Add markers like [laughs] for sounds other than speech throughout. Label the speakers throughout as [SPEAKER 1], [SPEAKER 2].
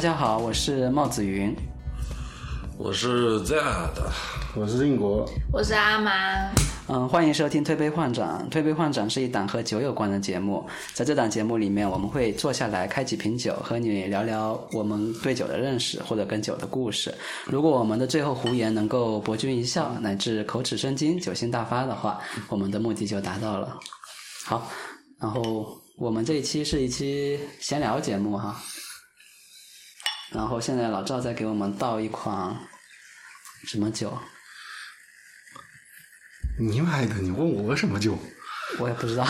[SPEAKER 1] 家好，我是帽子云。
[SPEAKER 2] 我是这样的，
[SPEAKER 3] 我是英国，
[SPEAKER 4] 我是阿妈，
[SPEAKER 1] 嗯，欢迎收听《推杯换盏》。《推杯换盏》是一档和酒有关的节目，在这档节目里面，我们会坐下来开几瓶酒，和你聊聊我们对酒的认识或者跟酒的故事。如果我们的最后胡言能够博君一笑，乃至口齿生津、酒性大发的话，我们的目的就达到了。好，然后我们这一期是一期闲聊节目哈。然后现在老赵再给我们倒一款什么酒，
[SPEAKER 3] 你买的，你问我什么酒？
[SPEAKER 1] 我也不
[SPEAKER 3] [laughs]
[SPEAKER 1] 知道。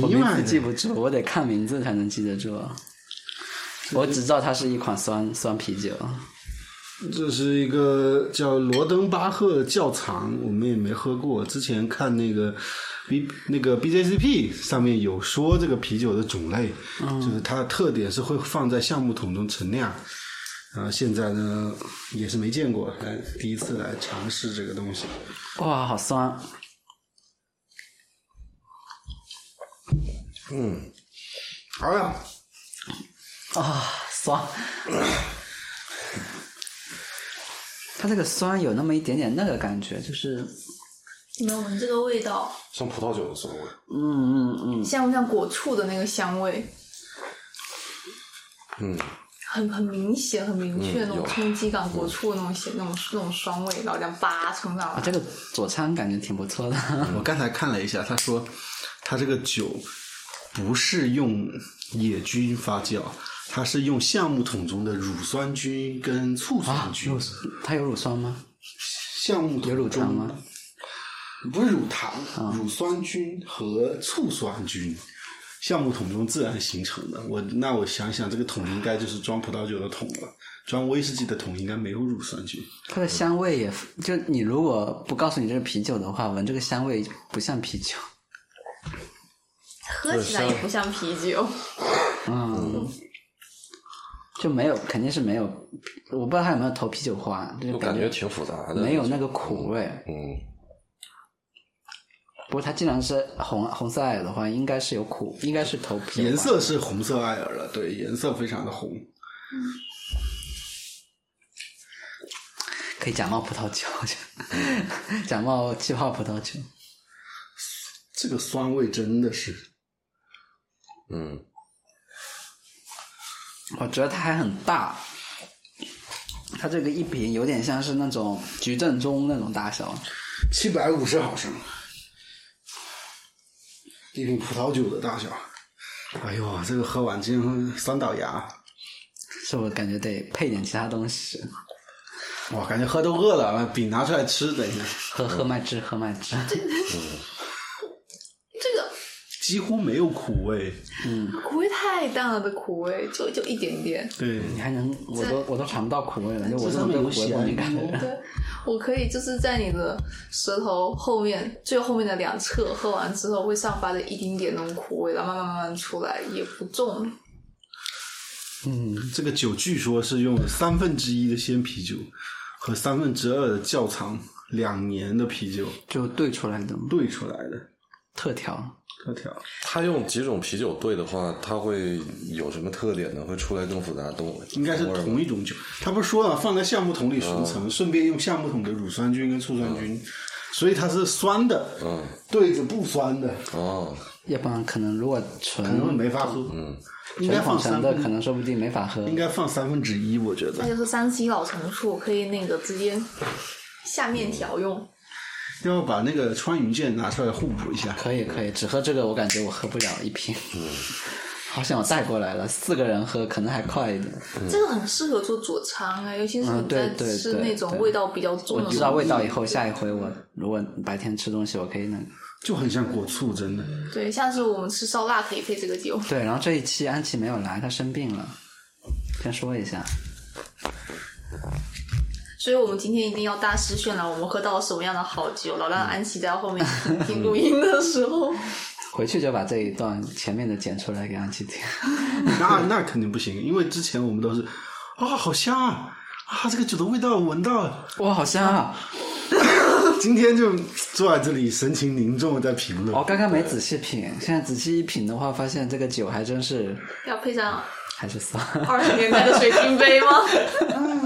[SPEAKER 1] 我
[SPEAKER 3] 你
[SPEAKER 1] 名
[SPEAKER 3] 买
[SPEAKER 1] 字记
[SPEAKER 3] 的，
[SPEAKER 1] 不住，我得看名字才能记得住。我只知道它是一款酸酸啤酒，
[SPEAKER 3] 这是一个叫罗登巴赫窖藏，我们也没喝过。之前看那个 B 那个 BJCP 上面有说这个啤酒的种类，就是它的特点是会放在橡木桶中陈酿。啊，现在呢也是没见过，来第一次来尝试这个东西。
[SPEAKER 1] 哇，好酸！
[SPEAKER 3] 好呀，
[SPEAKER 1] 酸。它这个酸有那么一点点那个感觉，就是，
[SPEAKER 4] 你们闻这个味道，
[SPEAKER 2] 像葡萄酒的时候，
[SPEAKER 1] 嗯嗯嗯，
[SPEAKER 4] 像不像果醋的那个香味？
[SPEAKER 2] 嗯，
[SPEAKER 4] 很很明显、很明确的那
[SPEAKER 2] 有
[SPEAKER 4] 种冲击感，果醋的那种咸、那种那种酸味，然后这样叭冲上
[SPEAKER 1] 啊，
[SPEAKER 2] 嗯
[SPEAKER 4] 来，
[SPEAKER 1] 这个佐餐感觉挺不错的。
[SPEAKER 3] 我刚才看了一下，他说他这个酒不是用野菌发酵，它是用橡木桶中的乳酸菌跟醋
[SPEAKER 1] 啊
[SPEAKER 3] 酸菌。
[SPEAKER 1] 它有乳酸吗？
[SPEAKER 3] 橡木
[SPEAKER 1] 有乳
[SPEAKER 3] 桶
[SPEAKER 1] 糖
[SPEAKER 3] 中
[SPEAKER 1] 吗？啊
[SPEAKER 3] 不是乳糖，乳酸菌和醋酸菌。橡木桶中自然形成的，我那我想想，这个桶应该就是装葡萄酒的桶了，装威士忌的桶应该没有乳酸菌。
[SPEAKER 1] 它的香味也，就你如果不告诉你这是啤酒的话，闻这个香味不像啤酒。
[SPEAKER 4] 喝起来也不像啤酒。
[SPEAKER 1] 嗯，就没有，肯定是没有，我不知道它有没有投啤酒花，就是
[SPEAKER 2] 就感觉挺复杂的，
[SPEAKER 1] 没有那个苦味。
[SPEAKER 2] 嗯，
[SPEAKER 1] 不过它既然是红红色艾尔的话，应该是有苦，应该是投啤酒花
[SPEAKER 3] 颜色是红色艾尔了，对，颜色非常的红。
[SPEAKER 1] 可以假冒葡萄酒， [laughs] 我觉得假冒气泡葡萄酒。
[SPEAKER 3] 这个酸味真的是
[SPEAKER 2] 嗯，
[SPEAKER 1] 我觉得它还很大，它这个一瓶有点像是那种局正中那种大小。
[SPEAKER 3] 七百五十毫升，一瓶葡萄酒的大小。哎呦，这个喝完竟然酸倒牙，
[SPEAKER 1] 是我感觉得配点其他东西，
[SPEAKER 3] 我感觉喝都饿了，饼拿出来吃，等一下，
[SPEAKER 1] 喝喝麦汁，喝麦汁。
[SPEAKER 4] 这个
[SPEAKER 3] 几乎没有苦味。
[SPEAKER 4] 苦味太淡了的苦味，就就一点点。
[SPEAKER 3] 对，
[SPEAKER 1] 你还能，我都我都尝不到苦味了，就我这
[SPEAKER 3] 这上
[SPEAKER 1] 种对
[SPEAKER 3] 面有
[SPEAKER 1] 苦味不
[SPEAKER 3] 咸
[SPEAKER 1] 敏感的人。
[SPEAKER 4] 对，我可以就是在你的舌头后面最后面的两侧喝完之后，会散发着一丁点那种苦味，然后慢慢慢慢出来，也不重。
[SPEAKER 1] 嗯，
[SPEAKER 3] [laughs] 这个酒据说是用了三分之一的鲜啤酒和三分之二的窖藏两年的啤酒
[SPEAKER 1] 就兑出来的
[SPEAKER 3] 兑出来的
[SPEAKER 1] 特调，
[SPEAKER 3] 特调。
[SPEAKER 2] 它用几种啤酒兑的话，它会有什么特点呢？会出来更复杂的东西，
[SPEAKER 3] 应该是同一种酒。嗯他不是说了，放在橡木桶里熟成，顺便用橡木桶的乳酸菌跟醋酸菌，所以它是酸的，
[SPEAKER 2] 嗯
[SPEAKER 3] 对着不酸的，
[SPEAKER 2] 哦，
[SPEAKER 1] 要不然可能如果
[SPEAKER 3] 可能
[SPEAKER 1] 纯
[SPEAKER 3] 没法喝。嗯，应该
[SPEAKER 1] 纯
[SPEAKER 3] 放
[SPEAKER 1] 仿
[SPEAKER 3] 三
[SPEAKER 1] 橙的，可
[SPEAKER 3] 分，嗯
[SPEAKER 1] 能说不定没法喝
[SPEAKER 3] 应。该放三分之一，我觉
[SPEAKER 4] 那
[SPEAKER 3] 得。
[SPEAKER 4] 就是山西老陈醋，可以那个直接下
[SPEAKER 1] 嗯
[SPEAKER 4] 面条用。
[SPEAKER 3] 要不把那个川渝剑拿出来互补一下。
[SPEAKER 1] 可以可以，只喝这个我感觉我喝不了一瓶。
[SPEAKER 3] 嗯
[SPEAKER 1] [laughs] 好想我带过来了，四个人喝可能还快一点。
[SPEAKER 4] 这个很适合做佐餐啊，尤其是
[SPEAKER 1] 嗯
[SPEAKER 4] 你
[SPEAKER 1] 对
[SPEAKER 4] 在
[SPEAKER 1] 对
[SPEAKER 4] 吃
[SPEAKER 1] 对
[SPEAKER 4] 那种
[SPEAKER 1] 对
[SPEAKER 4] 味道比较重
[SPEAKER 1] 我
[SPEAKER 4] 的东西。
[SPEAKER 1] 知道味道以后，下一回我如果白天吃东西，我可以那个。
[SPEAKER 3] 就很像果醋，真 [laughs] 的。
[SPEAKER 4] 对，下次我们吃烧腊可以配这个酒。
[SPEAKER 1] 对，然后这一期安琪没有来，她生病了，先说一下。
[SPEAKER 4] 所以我们今天一定要大肆渲染我们喝到了什么样的好酒，老让
[SPEAKER 1] 嗯
[SPEAKER 4] 安琪在后
[SPEAKER 1] [laughs]
[SPEAKER 4] 面听听录音的时候，
[SPEAKER 1] 回去就把这一段前面的剪出来给安
[SPEAKER 3] [laughs]
[SPEAKER 1] 琪听。
[SPEAKER 3] 那那肯定不行，因为之前我们都是，啊，好香啊，啊，这个酒的味道闻到了。
[SPEAKER 1] 哇，好香啊！
[SPEAKER 3] 今天就坐在这里，神情凝重的在
[SPEAKER 1] 哦
[SPEAKER 3] 评论。
[SPEAKER 1] 我刚刚没仔细品，现在仔细一品的话，发现这个酒还真是
[SPEAKER 4] 要配上
[SPEAKER 1] 还是骚，
[SPEAKER 4] 二十年代的水晶杯吗？
[SPEAKER 1] 嗯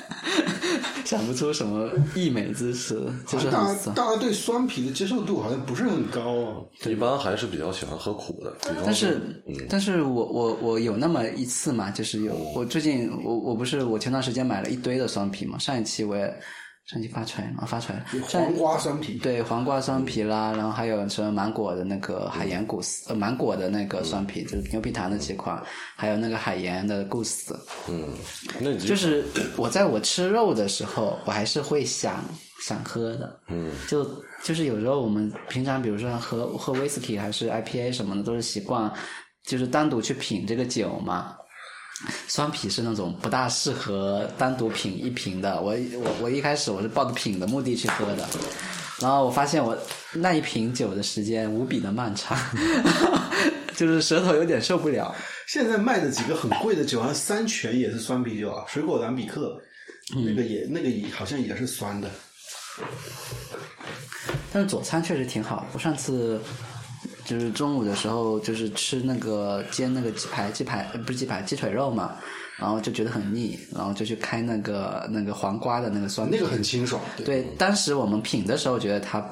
[SPEAKER 1] [laughs] 想不出什么溢美之词，就是
[SPEAKER 3] 大
[SPEAKER 1] 很
[SPEAKER 3] 家
[SPEAKER 1] 骚。
[SPEAKER 3] 大家对酸啤的接受度好像不是很高啊。
[SPEAKER 2] 一般还是比较喜欢喝苦的，比方
[SPEAKER 1] 但是，但是我我我有那么一次嘛，就是有我最近我我不是我前段时间买了一堆的双皮嘛，上一期我也上一期发出来了啊发出来了，上
[SPEAKER 3] 黄瓜酸啤，
[SPEAKER 1] 对，黄瓜酸啤啦，然后还有什么芒果的那个海盐谷斯，呃，芒果的那个酸啤，就是牛皮糖的几款，还有那个海盐的故事，
[SPEAKER 2] 嗯，那你
[SPEAKER 1] 就是我在我吃肉的时候，我还是会想想喝的，嗯，就就是有时候我们平常比如说喝喝 whisky 还是 IPA 什么的，都是习惯就是单独去品这个酒嘛。酸啤是那种不大适合单独品一瓶的，我我我一开始我是抱着品的目的去喝的，然后我发现我那一瓶酒的时间无比的漫长， [laughs] 就是舌头有点受不了。
[SPEAKER 3] 现在卖的几个很贵的酒，好像三全也是酸啤酒啊，水果蓝比克，
[SPEAKER 1] 嗯
[SPEAKER 3] 那个也那个也好像也是酸的。
[SPEAKER 1] 但是佐餐确实挺好。我上次就是中午的时候，就是吃那个煎那个鸡排，鸡排呃不是鸡排，鸡腿肉嘛，然后就觉得很腻，然后就去开那个那个黄瓜的那个酸
[SPEAKER 3] 那
[SPEAKER 1] 啤。
[SPEAKER 3] 个很清爽，对，
[SPEAKER 1] 对，当时我们品的时候觉得它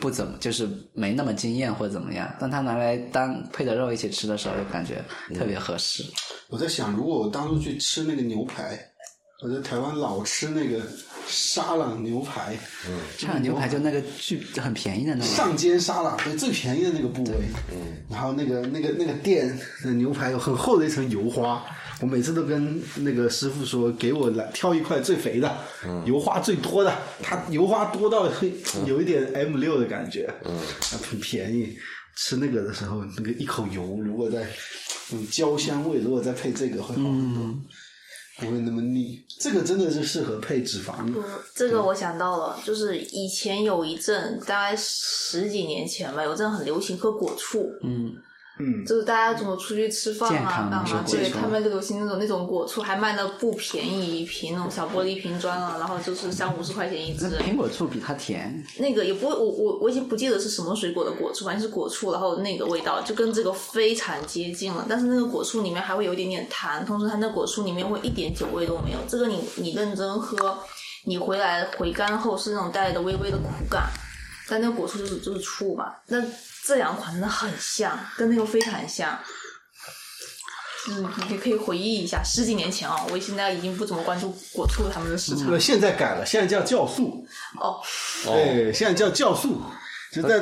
[SPEAKER 1] 不怎么，就是没那么惊艳或者怎么样，但它拿来当配着肉一起吃的时候，就感觉特别合适。
[SPEAKER 3] 我在想，如果我当初去吃那个牛排，我在台湾老吃那个沙朗牛排，
[SPEAKER 1] 上海牛排就那个巨很便宜的那种，
[SPEAKER 3] 上煎沙朗，对，最便宜的那个部位。然后那个那个那个店的牛排有很厚的一层油花，我每次都跟那个师傅说，给我来挑一块最肥的，油花最多的，它油花多到会有一点 M 六的感觉，嗯，很便宜。吃那个的时候，那个一口油，如果再嗯焦香味，如果再配这个会好很多，不会那么腻。这个真的是适合配脂肪，
[SPEAKER 4] 嗯这个我想到了，就是以前有一阵，大概十几年前吧，有阵很流行喝果醋，
[SPEAKER 1] 嗯，
[SPEAKER 3] 嗯，
[SPEAKER 4] 就是大家怎么出去吃饭
[SPEAKER 1] 健
[SPEAKER 4] 啊
[SPEAKER 1] 康、
[SPEAKER 4] 干
[SPEAKER 1] 是
[SPEAKER 4] 嘛
[SPEAKER 1] 果，醋
[SPEAKER 4] 对他们就流行那种那种果醋，还卖的不便宜一瓶，那种小玻璃瓶装啊，然后就是三五十块钱一支
[SPEAKER 1] 那。苹果醋比它甜，
[SPEAKER 4] 那个也不会，我我我已经不记得是什么水果的果醋，反正是果醋，然后那个味道就跟这个非常接近了。但是那个果醋里面还会有一点点糖，同时它那果醋里面会一点酒味都没有。这个你你认真喝，你回来回甘后是那种带着微微的苦感，但那个果醋就是就是醋嘛。那这两款真的很像，跟那个非常像。嗯，你可以回忆一下十几年前哦，我现在已经不怎么关注果醋他们的市场
[SPEAKER 3] 那现在改了，现在叫酵素，
[SPEAKER 4] 哦。
[SPEAKER 2] 哦，
[SPEAKER 3] 对，现在叫酵素，就在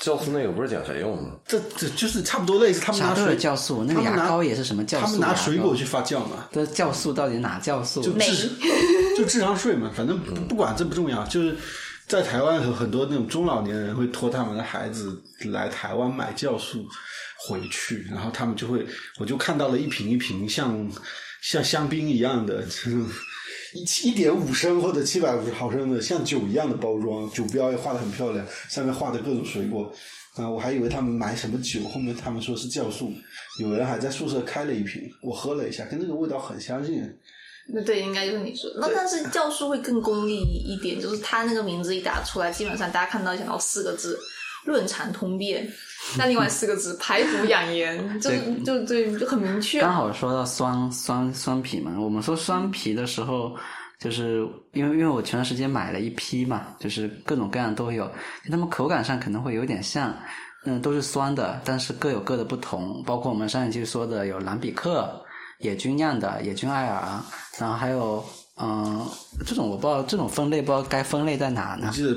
[SPEAKER 2] 酵素那个不是减肥用的，
[SPEAKER 3] 这这就是差不多类似他们拿
[SPEAKER 1] 啥都有
[SPEAKER 3] 水
[SPEAKER 1] 酵素，那个
[SPEAKER 3] 他们拿
[SPEAKER 1] 牙膏也是什么酵素？啊
[SPEAKER 3] 他们拿水
[SPEAKER 1] 牙膏
[SPEAKER 3] 果去发酵嘛，
[SPEAKER 1] 这酵素到底哪酵素？
[SPEAKER 3] 就智就智商税嘛，反正不不管这不重要，就是在台湾有很多那种中老年人会托他们的孩子来台湾买酵素回去，然后他们就会，我就看到了一瓶一瓶像像香槟一样的这种。一一点五升或者七百五十毫升的像酒一样的包装，酒标也画的很漂亮，上面画的各种水果，啊、我还以为他们买什么酒，后面他们说是酵素，有人还在宿舍开了一瓶，我喝了一下，跟这个味道很相近，
[SPEAKER 4] 那对，应该就是你说。那但是酵素会更功利一点，就是它那个名字一打出来，基本上大家看到想到四个字“润肠通便”，
[SPEAKER 1] [laughs]
[SPEAKER 4] 那另外四个字“排毒养颜”，就是就对，就很明确。
[SPEAKER 1] 刚好说到酸酸酸啤嘛，我们说酸啤的时候，就是因为因为我前段时间买了一批嘛，就是各种各样都有，它们口感上可能会有点像，嗯，都是酸的，但是各有各的不同。包括我们上一期说的有蓝比克、野菌酿的、野菌艾尔，然后还有嗯，这种我不知道这种分类不知道该分类在哪呢
[SPEAKER 3] 我？记得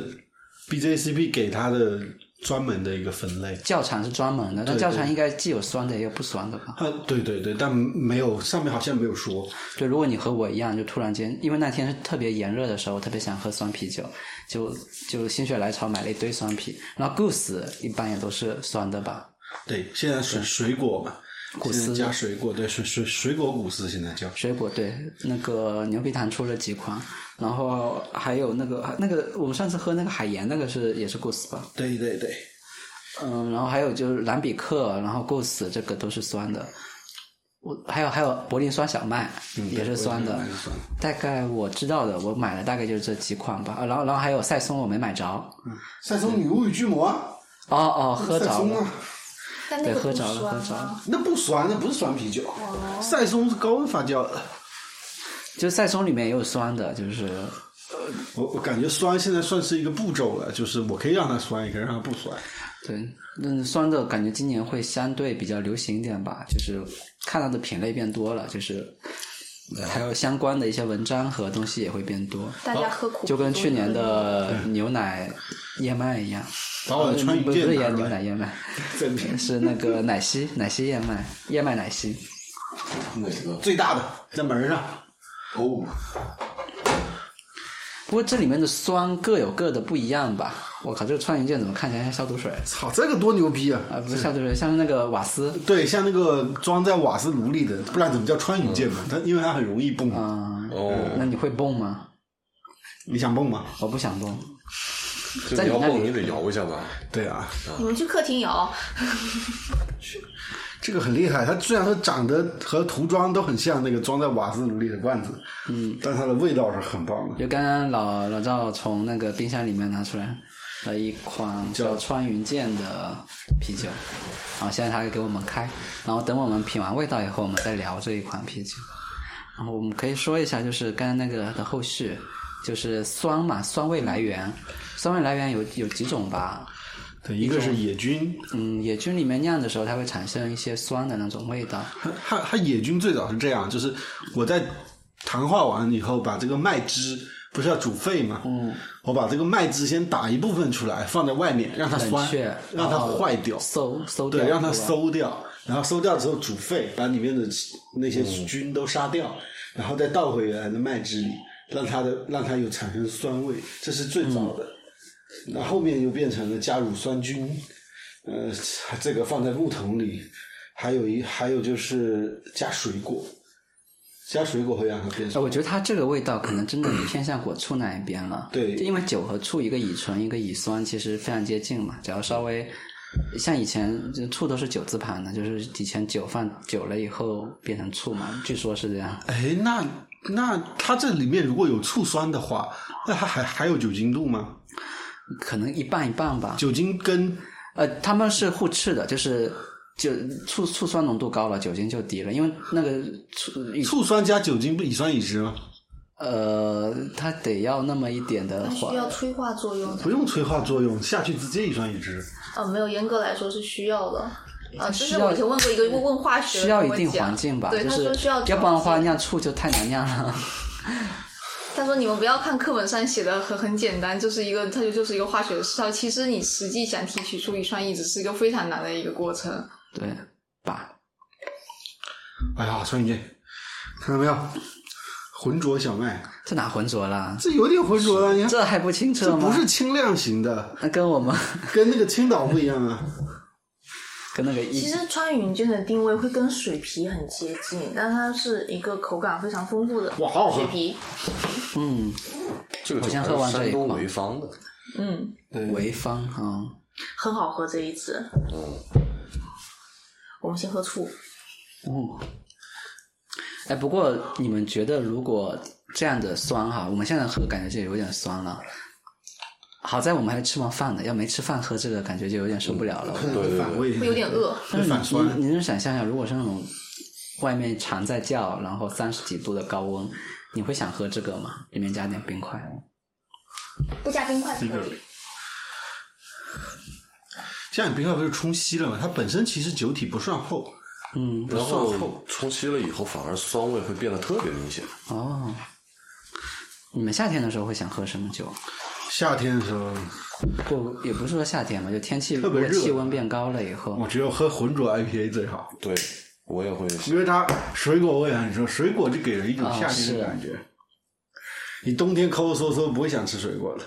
[SPEAKER 3] BJCP 给他的专门的一个分类。
[SPEAKER 1] 窖厂是专门的，但
[SPEAKER 3] 对
[SPEAKER 1] 窖
[SPEAKER 3] 对
[SPEAKER 1] 厂应该既有酸的也有不酸的吧？
[SPEAKER 3] 啊，对对对，但没有上面好像没有说，
[SPEAKER 1] 就如果你和我一样，就突然间，因为那天是特别炎热的时候，特别想喝酸啤酒，就就心血来潮买了一堆酸啤。然后 Goose 一般也都是酸的吧？
[SPEAKER 3] 对，现在水水果嘛，
[SPEAKER 1] 谷
[SPEAKER 3] 现在
[SPEAKER 1] 丝
[SPEAKER 3] 加水果，对水水水果谷丝现在叫，
[SPEAKER 1] 水果对，那个牛皮糖出了几款，然后还有那个那个我们上次喝那个海盐那个是也是 Goose 吧？
[SPEAKER 3] 对对对，
[SPEAKER 1] 嗯，然后还有就是蓝比克，然后 Goose 这个都是酸的。我还有还有柏林酸小麦、
[SPEAKER 3] 嗯
[SPEAKER 1] 也是酸的
[SPEAKER 3] 对，是酸的
[SPEAKER 1] 大概我知道的，我买了大概就是这几款吧。啊然后然后还有赛松我没买着，
[SPEAKER 3] 赛松女巫与巨魔啊，
[SPEAKER 1] 哦哦，喝
[SPEAKER 3] 赛
[SPEAKER 1] 着
[SPEAKER 3] 松
[SPEAKER 1] 了。
[SPEAKER 3] 啊，
[SPEAKER 4] 但那
[SPEAKER 1] 对，
[SPEAKER 4] 个
[SPEAKER 1] 喝
[SPEAKER 4] 不
[SPEAKER 1] 着了，
[SPEAKER 4] 酸啊
[SPEAKER 1] 喝着了
[SPEAKER 4] 吗。
[SPEAKER 3] 那不酸，那不是酸啤酒，赛松是高温发酵的。
[SPEAKER 1] 就赛松里面也有酸的，就是
[SPEAKER 3] 我我感觉酸现在算是一个步骤了，就是我可以让它酸，也可以让它不酸。
[SPEAKER 1] 对，嗯，酸的感觉今年会相对比较流行一点吧，就是看到的品类变多了，就是还有相关的一些文章和东西也会变多，
[SPEAKER 4] 大家喝苦，
[SPEAKER 1] 就跟去年的牛奶燕麦一样，
[SPEAKER 3] 把我的穿云
[SPEAKER 1] 不是
[SPEAKER 3] 箭拿
[SPEAKER 1] 燕
[SPEAKER 3] 出
[SPEAKER 1] 牛奶
[SPEAKER 3] 来，
[SPEAKER 1] 燕麦， [laughs]
[SPEAKER 3] 真的
[SPEAKER 1] 是那个奶昔 [laughs] 奶昔燕麦燕麦奶昔，
[SPEAKER 2] 哪个？
[SPEAKER 3] 最大的在门上。
[SPEAKER 2] 哦，
[SPEAKER 1] 不过这里面的酸各有各的不一样吧。我靠，这个川云剑怎么看起来像消毒水？啊
[SPEAKER 3] 操，这个多牛逼啊！
[SPEAKER 1] 啊，不是消毒水，像是那个瓦斯。
[SPEAKER 3] 对，像那个装在瓦斯炉里的，不然怎么叫川渝剑
[SPEAKER 1] 嗯
[SPEAKER 3] 嘛？它因为它很容易蹦，
[SPEAKER 1] 啊、
[SPEAKER 2] 哦
[SPEAKER 1] 那你会蹦吗？
[SPEAKER 3] 你想蹦吗？
[SPEAKER 1] 我不想蹦。
[SPEAKER 2] 这
[SPEAKER 1] 在你
[SPEAKER 2] 摇
[SPEAKER 1] 那里
[SPEAKER 2] 蹦你得摇一下吧？
[SPEAKER 3] 对啊，
[SPEAKER 4] 你们去客厅哦摇，
[SPEAKER 3] 这个很厉害。它虽然说长得和涂装都很像那个装在瓦斯炉里的罐子，嗯，但它的味道是很棒的。
[SPEAKER 1] 就刚刚老老赵从那个冰箱里面拿出来了一款叫川云剑的啤酒，然后现在他给我们开，然后等我们品完味道以后，我们再聊这一款啤酒。然后我们可以说一下，就是刚刚那个的后续，就是酸嘛，酸味来源，酸味来源有有几种吧？
[SPEAKER 3] 对，一个是野菌，
[SPEAKER 1] 嗯，野菌里面酿的时候，它会产生一些酸的那种味道。
[SPEAKER 3] 它它野菌最早是这样，就是我在糖化完以后，把这个麦汁不是要煮沸嘛，嗯，我把这个麦汁先打一部分出来，放在外面让它
[SPEAKER 1] 冷
[SPEAKER 3] 酸
[SPEAKER 1] 却，，
[SPEAKER 3] 让它
[SPEAKER 1] 然后
[SPEAKER 3] 坏掉，
[SPEAKER 1] 馊馊掉，
[SPEAKER 3] 对，让它
[SPEAKER 1] 对吧
[SPEAKER 3] 馊掉，然后馊掉之后煮沸，把里面的那些菌都杀掉，然后再倒回原来的麦汁里，让它的让它有产生酸味，这是最早的。那、后面又变成了加乳酸菌，呃，这个放在木桶里，还有一还有就是加水果，加水果会让它变
[SPEAKER 1] 哎，
[SPEAKER 3] 酸。
[SPEAKER 1] 我觉得它这个味道可能真的偏向果醋那一边了。
[SPEAKER 3] 对
[SPEAKER 1] 就因为酒和醋一个乙醇一个乙酸，其实非常接近嘛。只要稍微像以前就醋都是酒字旁的，就是以前酒放久了以后变成醋嘛，据说是这样。
[SPEAKER 3] 哎，那那它这里面如果有醋酸的话，那它还还有酒精度吗？
[SPEAKER 1] 可能一半一半吧。
[SPEAKER 3] 酒精跟
[SPEAKER 1] 呃，他们是互斥的，就是就醋醋酸浓度高了，酒精就低了，因为那个醋乙
[SPEAKER 3] 醋酸加酒精不乙酸乙酯吗？
[SPEAKER 1] 呃，它得要那么一点的
[SPEAKER 4] 它
[SPEAKER 1] 呃话
[SPEAKER 4] 需，要催化作用的。
[SPEAKER 3] 不用催化作用，下去直接乙酸乙酯。
[SPEAKER 4] 啊，没有，严格来说是需要的。啊，这
[SPEAKER 1] 呃需
[SPEAKER 4] 是
[SPEAKER 1] 要
[SPEAKER 4] 我以前问过一个问问化学的
[SPEAKER 1] 需要一
[SPEAKER 4] 跟我
[SPEAKER 1] 定
[SPEAKER 4] 讲
[SPEAKER 1] 环境吧，
[SPEAKER 4] 对，
[SPEAKER 1] 就
[SPEAKER 4] 他说
[SPEAKER 1] 是
[SPEAKER 4] 需要
[SPEAKER 1] 要不然的话
[SPEAKER 4] 条件
[SPEAKER 1] 酿醋就太难酿了。
[SPEAKER 4] 他说：“你们不要看课本上写的很很简单，就是一个，它就就是一个化学式。它其实你实际想提取出乙酸乙酯是一个非常难的一个过程。
[SPEAKER 1] 对吧？
[SPEAKER 3] 哎呀，双影剑，看到没有？浑浊小麦，
[SPEAKER 1] 这哪浑浊啦？
[SPEAKER 3] 这有点浑浊啊了，你看，
[SPEAKER 1] 这还不清澈
[SPEAKER 3] 这
[SPEAKER 1] 吗？
[SPEAKER 3] 不是，清亮型的，
[SPEAKER 1] 那跟我们
[SPEAKER 3] 跟那个青岛不一样啊。
[SPEAKER 1] 跟那个一
[SPEAKER 4] 其实川云卷的定位会跟水皮很接近，但它是一个口感非常丰富的
[SPEAKER 3] 哇好好喝
[SPEAKER 4] 水皮。
[SPEAKER 1] 嗯，
[SPEAKER 2] 这个
[SPEAKER 1] 我
[SPEAKER 2] 酒
[SPEAKER 1] 先
[SPEAKER 2] 还
[SPEAKER 1] 喝完
[SPEAKER 2] 是
[SPEAKER 1] 这一
[SPEAKER 2] 山东
[SPEAKER 1] 罐
[SPEAKER 2] 潍坊的，
[SPEAKER 4] 嗯，
[SPEAKER 1] 潍坊啊、嗯
[SPEAKER 4] 很好喝这一支。
[SPEAKER 3] 嗯
[SPEAKER 4] 我们先喝醋，
[SPEAKER 1] 哦，哎，不过你们觉得如果这样的酸哈，我们现在喝感觉就有点酸了。好在我们还吃完饭的，要没吃饭喝这个，感觉就有点受不了了。
[SPEAKER 3] 对
[SPEAKER 2] 对对
[SPEAKER 3] 反胃
[SPEAKER 4] 会有点饿。
[SPEAKER 3] 会反酸。
[SPEAKER 1] 你你能想象一下，如果是那种外面常在叫，然后三十几度的高温，你会想喝这个吗？里面加点冰块。
[SPEAKER 4] 不加冰块可以。
[SPEAKER 3] 像你冰块不是冲稀了吗？它本身其实酒体不算厚，
[SPEAKER 1] 嗯，
[SPEAKER 2] 然
[SPEAKER 3] 算
[SPEAKER 2] 后
[SPEAKER 3] 厚
[SPEAKER 2] 冲稀了以后，反而酸味会变得特别明显。
[SPEAKER 1] 哦，你们夏天的时候会想喝什么酒？
[SPEAKER 3] 夏天的时候，
[SPEAKER 1] 不，也不是说夏天嘛，就天气
[SPEAKER 3] 特
[SPEAKER 1] 如果
[SPEAKER 3] 别热
[SPEAKER 1] 气温变高了以后
[SPEAKER 3] 我，觉得喝浑浊 IPA 最好，
[SPEAKER 2] 对，我也会。
[SPEAKER 3] 因为它水果味很重，水果就给人一种
[SPEAKER 1] 啊
[SPEAKER 3] 夏天
[SPEAKER 1] 是
[SPEAKER 3] 的感觉。你冬天抠抠搜搜不会想吃水果的，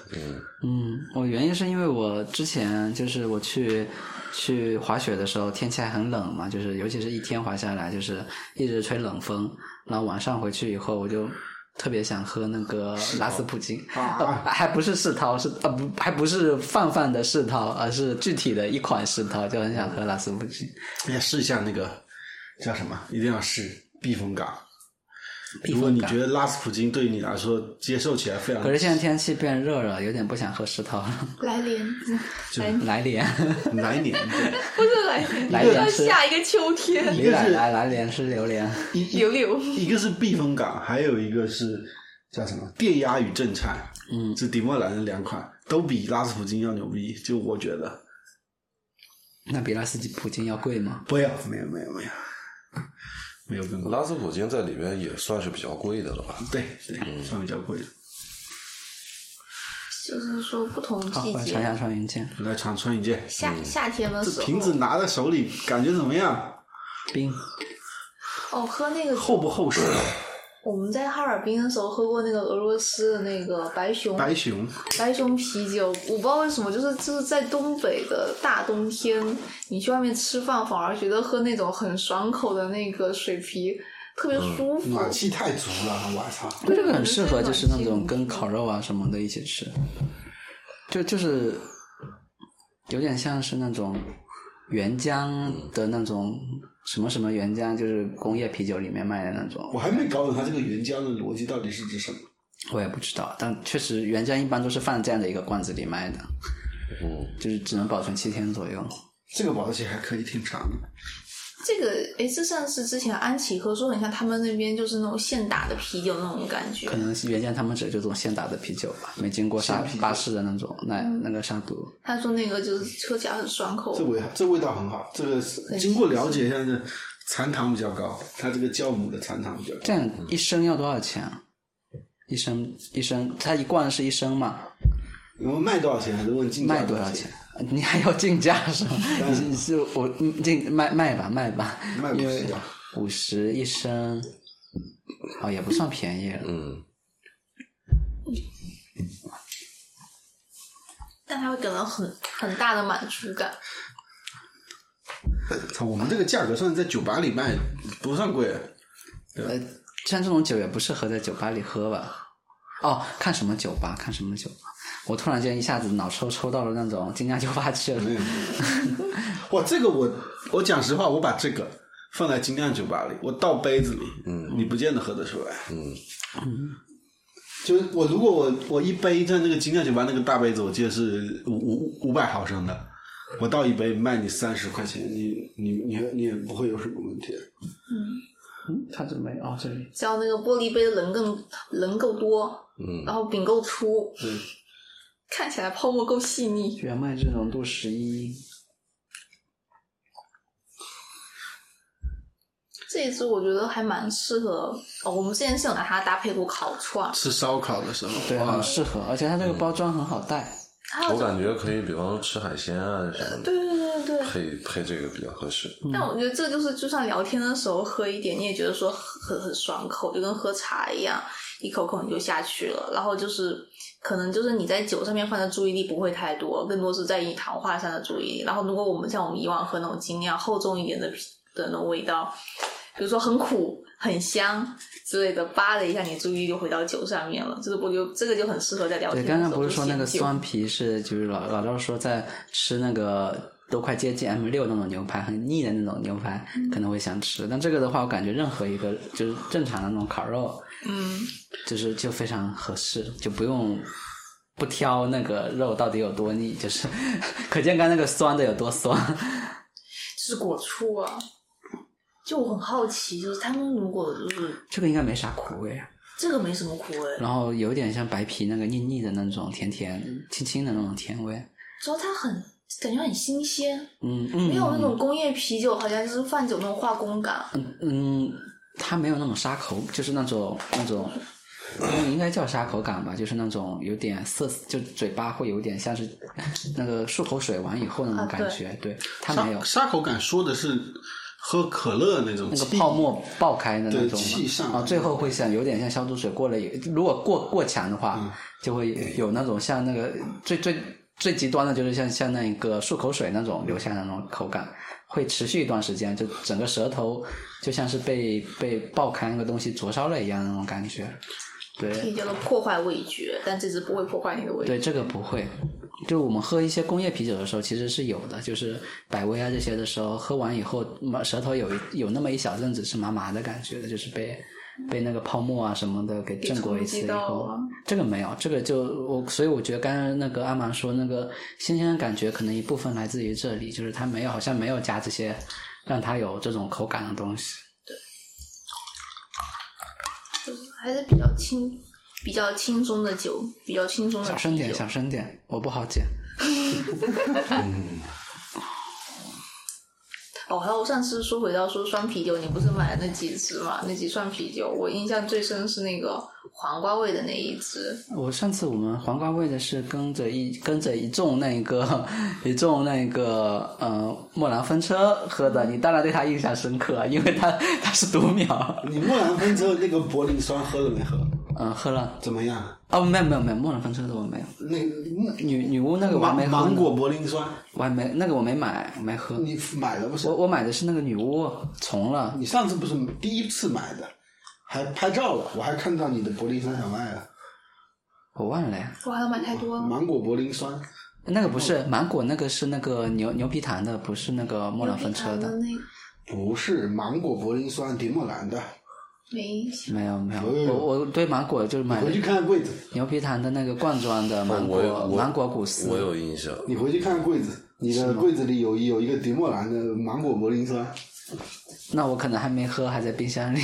[SPEAKER 1] 嗯，我原因是因为我之前就是我去去滑雪的时候，天气还很冷嘛，就是尤其是一天滑下来，就是一直吹冷风，然后晚上回去以后我就。特别想喝那个拉斯普京，
[SPEAKER 3] 啊
[SPEAKER 1] 呃还不是世涛，是呃不，还不是泛泛的世涛，而是具体的一款世涛，就很想喝拉斯普京。
[SPEAKER 3] 哎你试一下那个叫什么，一定要试避风港。
[SPEAKER 1] 避
[SPEAKER 3] 如果
[SPEAKER 1] 风
[SPEAKER 3] 你
[SPEAKER 1] 港
[SPEAKER 3] 觉。得拉斯普京对你来说接受起来非常，
[SPEAKER 1] 可是现在天气变热了，有点不想喝石头了。
[SPEAKER 4] 来年，
[SPEAKER 3] [laughs]
[SPEAKER 4] 来
[SPEAKER 1] 来莲，
[SPEAKER 3] 来年对
[SPEAKER 4] 不是来
[SPEAKER 3] [laughs]
[SPEAKER 4] 年，
[SPEAKER 1] 来年
[SPEAKER 4] 是
[SPEAKER 1] 是
[SPEAKER 4] 下一个秋天，
[SPEAKER 1] 李奶奶来莲是榴莲，
[SPEAKER 4] 柳柳。
[SPEAKER 3] 一个是避风港，还有一个是叫什么电压与震颤，嗯，这迪莫兰的两款都比拉斯普京要牛逼，就我觉得
[SPEAKER 1] 那比拉斯基普京要贵吗？
[SPEAKER 3] 不要，没有没有没有没有更高，
[SPEAKER 2] 拉斯普京在里边也算是比较贵的了吧？
[SPEAKER 3] 对
[SPEAKER 1] 嗯
[SPEAKER 3] 对，算比较贵的。
[SPEAKER 4] 就是说不同
[SPEAKER 1] 好，
[SPEAKER 4] 季
[SPEAKER 1] 我来
[SPEAKER 4] 节
[SPEAKER 1] 传，下双云箭，
[SPEAKER 3] 来穿穿一件，
[SPEAKER 4] 夏夏天的时
[SPEAKER 3] 嗯这
[SPEAKER 4] 候，
[SPEAKER 3] 瓶子拿在手里感觉怎么样？
[SPEAKER 1] 冰
[SPEAKER 4] 哦，喝那个
[SPEAKER 3] 厚不厚实？
[SPEAKER 4] 我们在哈尔滨的时候喝过那个俄罗斯的那个白熊
[SPEAKER 3] 白熊，
[SPEAKER 4] 白熊啤酒，我不知道为什么，就是就是在东北的大冬天，你去外面吃饭，反而觉得喝那种很爽口的那个水啤特别舒服。
[SPEAKER 3] 暖气太足了，我操！
[SPEAKER 1] 那这个很适合，就是那种跟烤肉啊什么的一起吃，就就是有点像是那种原浆的那种什么什么原浆，就是工业啤酒里面卖的那
[SPEAKER 3] 我
[SPEAKER 1] 种，
[SPEAKER 3] 还没搞懂它这个原浆的逻辑到底是指什么。
[SPEAKER 1] 我也不知道，但确实原浆一般都是放这样的一个罐子里卖的，
[SPEAKER 2] 嗯，
[SPEAKER 1] 就是只能保存七天左右。
[SPEAKER 3] 这个保质期还可以挺长的。
[SPEAKER 4] 这个哎，这像是之前安琪喝说，很像他们那边就是那种现打的啤酒那种感觉
[SPEAKER 1] 可。能是原先他们只有这种现打的啤酒嗯吧，没经过杀巴氏的那种那那个杀毒。
[SPEAKER 4] 他说那个就是喝起来很爽口
[SPEAKER 3] 这，味这味道很好，这个是经过了解一下呢，残糖比较高，它这个酵母的残糖比较高。
[SPEAKER 1] 这样一升要多少钱啊？一升一升，它一罐是一升嘛，
[SPEAKER 3] 然后卖多少钱？还是问进价
[SPEAKER 1] 卖多
[SPEAKER 3] 少
[SPEAKER 1] 少钱？？你还要竞价是吗？你你是我嗯竞卖卖吧卖啊吧，
[SPEAKER 3] 卖
[SPEAKER 1] 因
[SPEAKER 3] 五
[SPEAKER 1] 为
[SPEAKER 3] 十吧。
[SPEAKER 1] 五十一升，哦也不算便宜了。
[SPEAKER 2] 嗯，
[SPEAKER 4] 但他会给人很很大的满足感。
[SPEAKER 3] 操，我们这个价格算是在酒吧里卖，不算贵。啊
[SPEAKER 1] 呃，像这种酒也不适合在酒吧里喝吧？哦，看什么酒吧？看什么酒吧？我突然间一下子脑抽抽到了那种精酿酒吧去了。
[SPEAKER 3] 哇，这个我我讲实话，我把这个放在精酿酒吧里，我倒杯子里，嗯，你不见得喝得出来，嗯。就是我，如果我我一杯在那个精酿酒吧那个大杯子，我记得是五五五百毫升的，我倒一杯卖你三十块钱，你你你你也不会有什么问题。
[SPEAKER 1] 嗯，看准备哦，这里
[SPEAKER 4] 只要那个玻璃杯的人更人够多，嗯，然后饼够粗，
[SPEAKER 3] 嗯，
[SPEAKER 4] 看起来泡沫够细腻。
[SPEAKER 1] 原麦汁浓度十一，
[SPEAKER 4] 这一支我觉得还蛮适合哦，我们之前是有拿它搭配过烤串，
[SPEAKER 3] 吃烧烤的时候，
[SPEAKER 1] 对，
[SPEAKER 3] 哇
[SPEAKER 1] 很适合，而且它这个包装很好带。
[SPEAKER 4] 还
[SPEAKER 1] 啊
[SPEAKER 4] 有
[SPEAKER 2] 我感觉可以，比方说吃海鲜啊什么的，
[SPEAKER 4] 对对对对对。
[SPEAKER 2] 配配这个比较合适。
[SPEAKER 4] 但我觉得这就是，就算聊天的时候喝一点，你也觉得说很很爽口，就跟喝茶一样，一口口你就下去了。然后就是，可能就是你在酒上面放的注意力不会太多，更多是在于谈话上的注意力。然后如果我们像我们以往喝那种精酿厚重一点的啤的那种味道，比如说很苦、很香之类的，扒了一下，你注意力就回到酒上面了。就是我觉得这个就很适合在聊
[SPEAKER 1] 对，
[SPEAKER 4] 天。
[SPEAKER 1] 刚刚不是说那个酸皮是就是老老赵说在吃那个都快接近 M 六那种牛排，很腻的那种牛排可能会想吃，但这个的话，我感觉任何一个就是正常的那种烤肉，
[SPEAKER 4] 嗯，
[SPEAKER 1] 就是就非常合适，就不用不挑那个肉到底有多腻，就是可见刚那个酸的有多酸。 [laughs]
[SPEAKER 4] 就是果醋啊。就我很好奇，就是他们如果就是
[SPEAKER 1] 这个应该没啥苦味啊，
[SPEAKER 4] 这个没什么苦味，
[SPEAKER 1] 然后有点像白皮那个腻腻的那种甜甜
[SPEAKER 4] 嗯
[SPEAKER 1] 轻轻的那种甜味，
[SPEAKER 4] 主要它很感觉很新鲜，
[SPEAKER 1] 嗯嗯，
[SPEAKER 4] 没有那种工业啤酒，好像就是泛酒那种化工感。
[SPEAKER 1] 嗯，它没有那种沙口，就是那种那种，嗯应该叫沙口感吧，就是那种有点涩，就嘴巴会有点像是那个漱口水完以后那种
[SPEAKER 4] 啊
[SPEAKER 1] 感
[SPEAKER 4] 对
[SPEAKER 1] 觉，对，它没有
[SPEAKER 3] 沙沙口感说的是喝可乐那种
[SPEAKER 1] 那个
[SPEAKER 3] 气
[SPEAKER 1] 泡沫爆开的那
[SPEAKER 3] 对
[SPEAKER 1] 种嘛
[SPEAKER 3] 气上
[SPEAKER 1] 啊，最后会像有点像消毒水过了以，如果过过强的
[SPEAKER 3] 嗯
[SPEAKER 1] 话，就会有那种像那个最最最极端的就是像像那个漱口水那种
[SPEAKER 3] 嗯
[SPEAKER 1] 留下的那种口感，会持续一段时间，就整个舌头就像是被被爆开那个东西灼烧了一样的那种感觉。对
[SPEAKER 4] 啤酒的破坏味觉，但这支不会破坏你的味
[SPEAKER 1] 嗯
[SPEAKER 4] 觉。
[SPEAKER 1] 对，这个不会。就我们喝一些工业啤酒的时候，其实是有的，就是百威啊这些的时候，喝完以后，麻舌头有一有那么一小阵子是麻麻的感觉的，就是被被那个泡沫啊什么的给
[SPEAKER 4] 嗯给
[SPEAKER 1] 震过一
[SPEAKER 4] 冲
[SPEAKER 1] 次
[SPEAKER 4] 击
[SPEAKER 1] 以
[SPEAKER 4] 到
[SPEAKER 1] 后
[SPEAKER 4] 了，
[SPEAKER 1] 这个没有，这个就我，所以我觉得刚刚那个阿玛说那个新鲜的感觉，可能一部分来自于这里，就是它没有好像没有加这些让它有这种口感的东西。
[SPEAKER 4] 就是还是比较轻、比较轻松的酒，比较轻松的
[SPEAKER 1] 小声
[SPEAKER 4] 啤
[SPEAKER 1] 点，
[SPEAKER 4] 酒
[SPEAKER 1] 小声点，我不好剪。
[SPEAKER 4] 哦，还有上次说回到说涮啤酒，你不是买了那几只嘛？那几涮啤酒，我印象最深是那个黄瓜味的那一只，
[SPEAKER 1] 我上次我们黄瓜味的是跟着一跟着一众那个 [laughs] 一众那个呃莫兰风车喝
[SPEAKER 5] 嗯
[SPEAKER 1] 的，你当然对它印象深刻，因为它它是独苗。 [laughs]
[SPEAKER 5] 你莫兰芬之后那个柏林酸喝了没喝？
[SPEAKER 1] 嗯，喝了
[SPEAKER 5] 怎么样？
[SPEAKER 1] 哦，没有没有没有，莫兰风车的我没有。
[SPEAKER 5] 那
[SPEAKER 1] 女女巫那个我还
[SPEAKER 5] 芒
[SPEAKER 1] 没喝呢
[SPEAKER 5] 芒果柏林酸，
[SPEAKER 1] 我还没那个我没买，我没喝。
[SPEAKER 3] 你买了不是
[SPEAKER 1] 我？我买的是那个女巫从了，
[SPEAKER 3] 你上次不是第一次买的，还拍照了，我还看到你的柏林酸小麦了，
[SPEAKER 1] 我忘了呀。
[SPEAKER 4] 我还要买太多啊
[SPEAKER 1] 嗯
[SPEAKER 4] 了。
[SPEAKER 3] 芒果柏林酸。
[SPEAKER 1] 那个不是
[SPEAKER 5] 哦
[SPEAKER 1] 芒果，那个是那个牛牛皮糖的，不是那个莫兰风车
[SPEAKER 4] 的
[SPEAKER 1] 的。
[SPEAKER 4] 那
[SPEAKER 3] 不是芒果柏林酸，迪莫兰的，
[SPEAKER 4] 没印象，
[SPEAKER 1] 没有没有，
[SPEAKER 3] 有有
[SPEAKER 1] 我我对芒果就是买
[SPEAKER 3] 回去看看柜子，
[SPEAKER 1] 牛皮糖的那个罐装的芒
[SPEAKER 2] 我有
[SPEAKER 1] 果
[SPEAKER 2] 我
[SPEAKER 1] 芒果古斯。
[SPEAKER 2] 我有印象，
[SPEAKER 3] 你回去看看柜子，你的柜子里有有一个迪莫兰的芒果柏林酸，
[SPEAKER 1] 那我可能还没喝，还在冰箱里，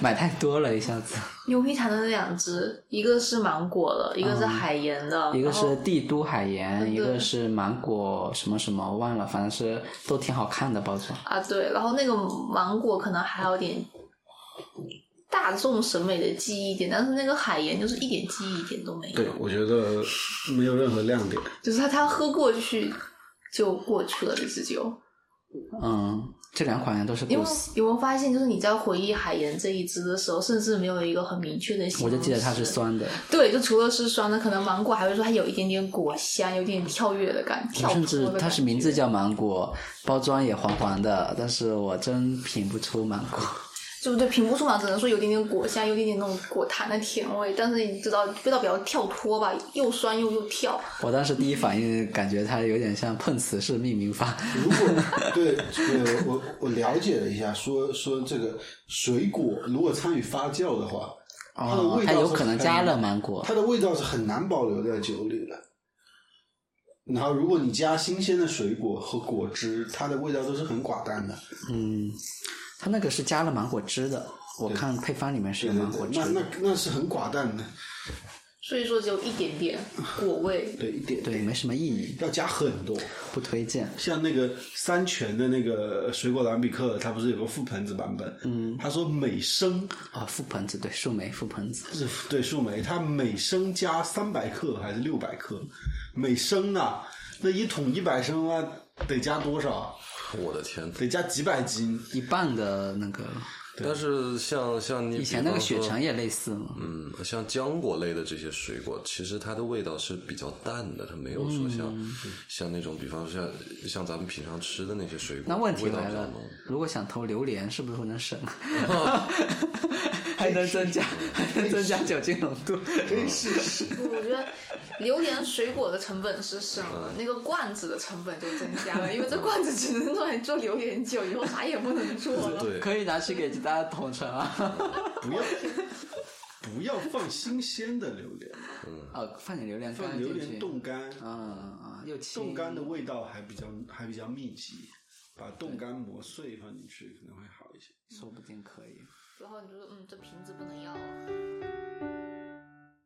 [SPEAKER 1] 买太多了，一下子。
[SPEAKER 4] 牛皮糖的那两只，一个是芒果的，一个是海盐的，
[SPEAKER 1] 嗯一个
[SPEAKER 4] 然
[SPEAKER 1] 是
[SPEAKER 4] 后
[SPEAKER 1] 帝都海盐，
[SPEAKER 4] 嗯
[SPEAKER 1] 一个
[SPEAKER 4] 对
[SPEAKER 1] 是芒果什么什么忘了，反正是都挺好看的包装。
[SPEAKER 4] 啊对，然后那个芒果可能还有点大众审美的记忆点，但是那个海盐就是一点记忆点都没有
[SPEAKER 5] 对，，我觉得没有任何亮点。
[SPEAKER 4] 就是它它喝过去就过去了这支酒。
[SPEAKER 1] 嗯，这两款都是
[SPEAKER 4] 因
[SPEAKER 1] 古
[SPEAKER 4] 为
[SPEAKER 1] 斯，
[SPEAKER 4] 有没有发现，就是你在回忆海盐这一支的时候，甚至没有一个很明确的形
[SPEAKER 1] 我
[SPEAKER 4] 容
[SPEAKER 1] 就
[SPEAKER 4] 词。
[SPEAKER 1] 记得它是酸的。
[SPEAKER 4] 对，就除了是酸的，可能芒果还会说它有一点点果香，有点跳跃的感，跳
[SPEAKER 1] 我
[SPEAKER 4] 脱
[SPEAKER 1] 甚
[SPEAKER 4] 的
[SPEAKER 1] 至它
[SPEAKER 4] 感
[SPEAKER 1] 是名
[SPEAKER 4] 觉
[SPEAKER 1] 字叫芒果，包装也黄黄的，但是我真品不出芒果。 [laughs]
[SPEAKER 4] 就对，品不出嘛，只能说有点点果香，有点点那种果糖的甜味，但是你知道味道比较跳脱吧，又酸又又跳。
[SPEAKER 1] 我当时第一反应感觉它有点像碰瓷式命名法，
[SPEAKER 3] 如果对，呃，我我了解了一下，说说这个水果如果参与发酵的话，它的
[SPEAKER 1] 哦
[SPEAKER 3] 味，道
[SPEAKER 1] 它
[SPEAKER 3] 是
[SPEAKER 1] 有可能
[SPEAKER 3] 很
[SPEAKER 1] 加了芒果
[SPEAKER 3] 它。的味道是很难保留在酒里的。然后，如果你加新鲜的水果和果汁，它的味道都是很寡淡的。
[SPEAKER 1] 嗯，它那个是加了芒果汁的，我
[SPEAKER 3] 对
[SPEAKER 1] 看配方里面是
[SPEAKER 3] 对
[SPEAKER 1] 有
[SPEAKER 3] 对
[SPEAKER 1] 芒果
[SPEAKER 3] 对，
[SPEAKER 1] 汁
[SPEAKER 3] 那那
[SPEAKER 1] 的。
[SPEAKER 3] 那是很寡淡的，
[SPEAKER 4] 所以说只有一点点果味， [laughs]
[SPEAKER 3] 对一点
[SPEAKER 1] 对，没什么意义，
[SPEAKER 3] 要加很多。
[SPEAKER 1] 不推荐。
[SPEAKER 5] 像那个三全的那个水果蓝比克，它不是有个覆盆子版本？嗯，他说每升
[SPEAKER 1] 啊、覆盆子对，树莓覆盆子，
[SPEAKER 5] 是对树莓，它每升加三百克还是六百克？每升啊，那一桶一百升啊，得加多少啊？
[SPEAKER 2] [laughs] 我的天！
[SPEAKER 5] 得加几百斤。
[SPEAKER 1] 一半的那个，
[SPEAKER 2] 但是像像你
[SPEAKER 1] 以前
[SPEAKER 2] 比
[SPEAKER 1] 那
[SPEAKER 2] 方
[SPEAKER 1] 个雪
[SPEAKER 2] 说
[SPEAKER 1] 橙也类似嘛。
[SPEAKER 2] 嗯，像浆果类的这些水果，其实它的味道是比较淡的，它没有说像、
[SPEAKER 1] 嗯
[SPEAKER 2] 像那种，比方说像像咱们平常吃的那些水果，
[SPEAKER 1] 那问题
[SPEAKER 2] 味道
[SPEAKER 1] 来
[SPEAKER 2] 比较
[SPEAKER 1] 了
[SPEAKER 2] 浓。，
[SPEAKER 1] 如果想投榴莲，是不是能省？ [laughs] 还能增加，还能增加酒精浓度。
[SPEAKER 4] 我觉得榴莲水果的成本是省了，那个罐子的成本就增加了，因为这罐子只能用来做榴莲酒，以后啥也不能做了。
[SPEAKER 2] 对，
[SPEAKER 1] 可以拿去给大家统称啊。
[SPEAKER 5] 不要不要放新鲜的榴莲，
[SPEAKER 1] 哦，放点榴莲干
[SPEAKER 5] 放
[SPEAKER 1] 进
[SPEAKER 5] 榴
[SPEAKER 1] 去。
[SPEAKER 5] 莲冻干，
[SPEAKER 1] 嗯嗯嗯，又清
[SPEAKER 5] 冻干的味道还比较还比较密集，把冻干磨碎放进去可能会好一些。
[SPEAKER 1] 说不定可以。
[SPEAKER 4] 然后你就说，嗯，这瓶子不能要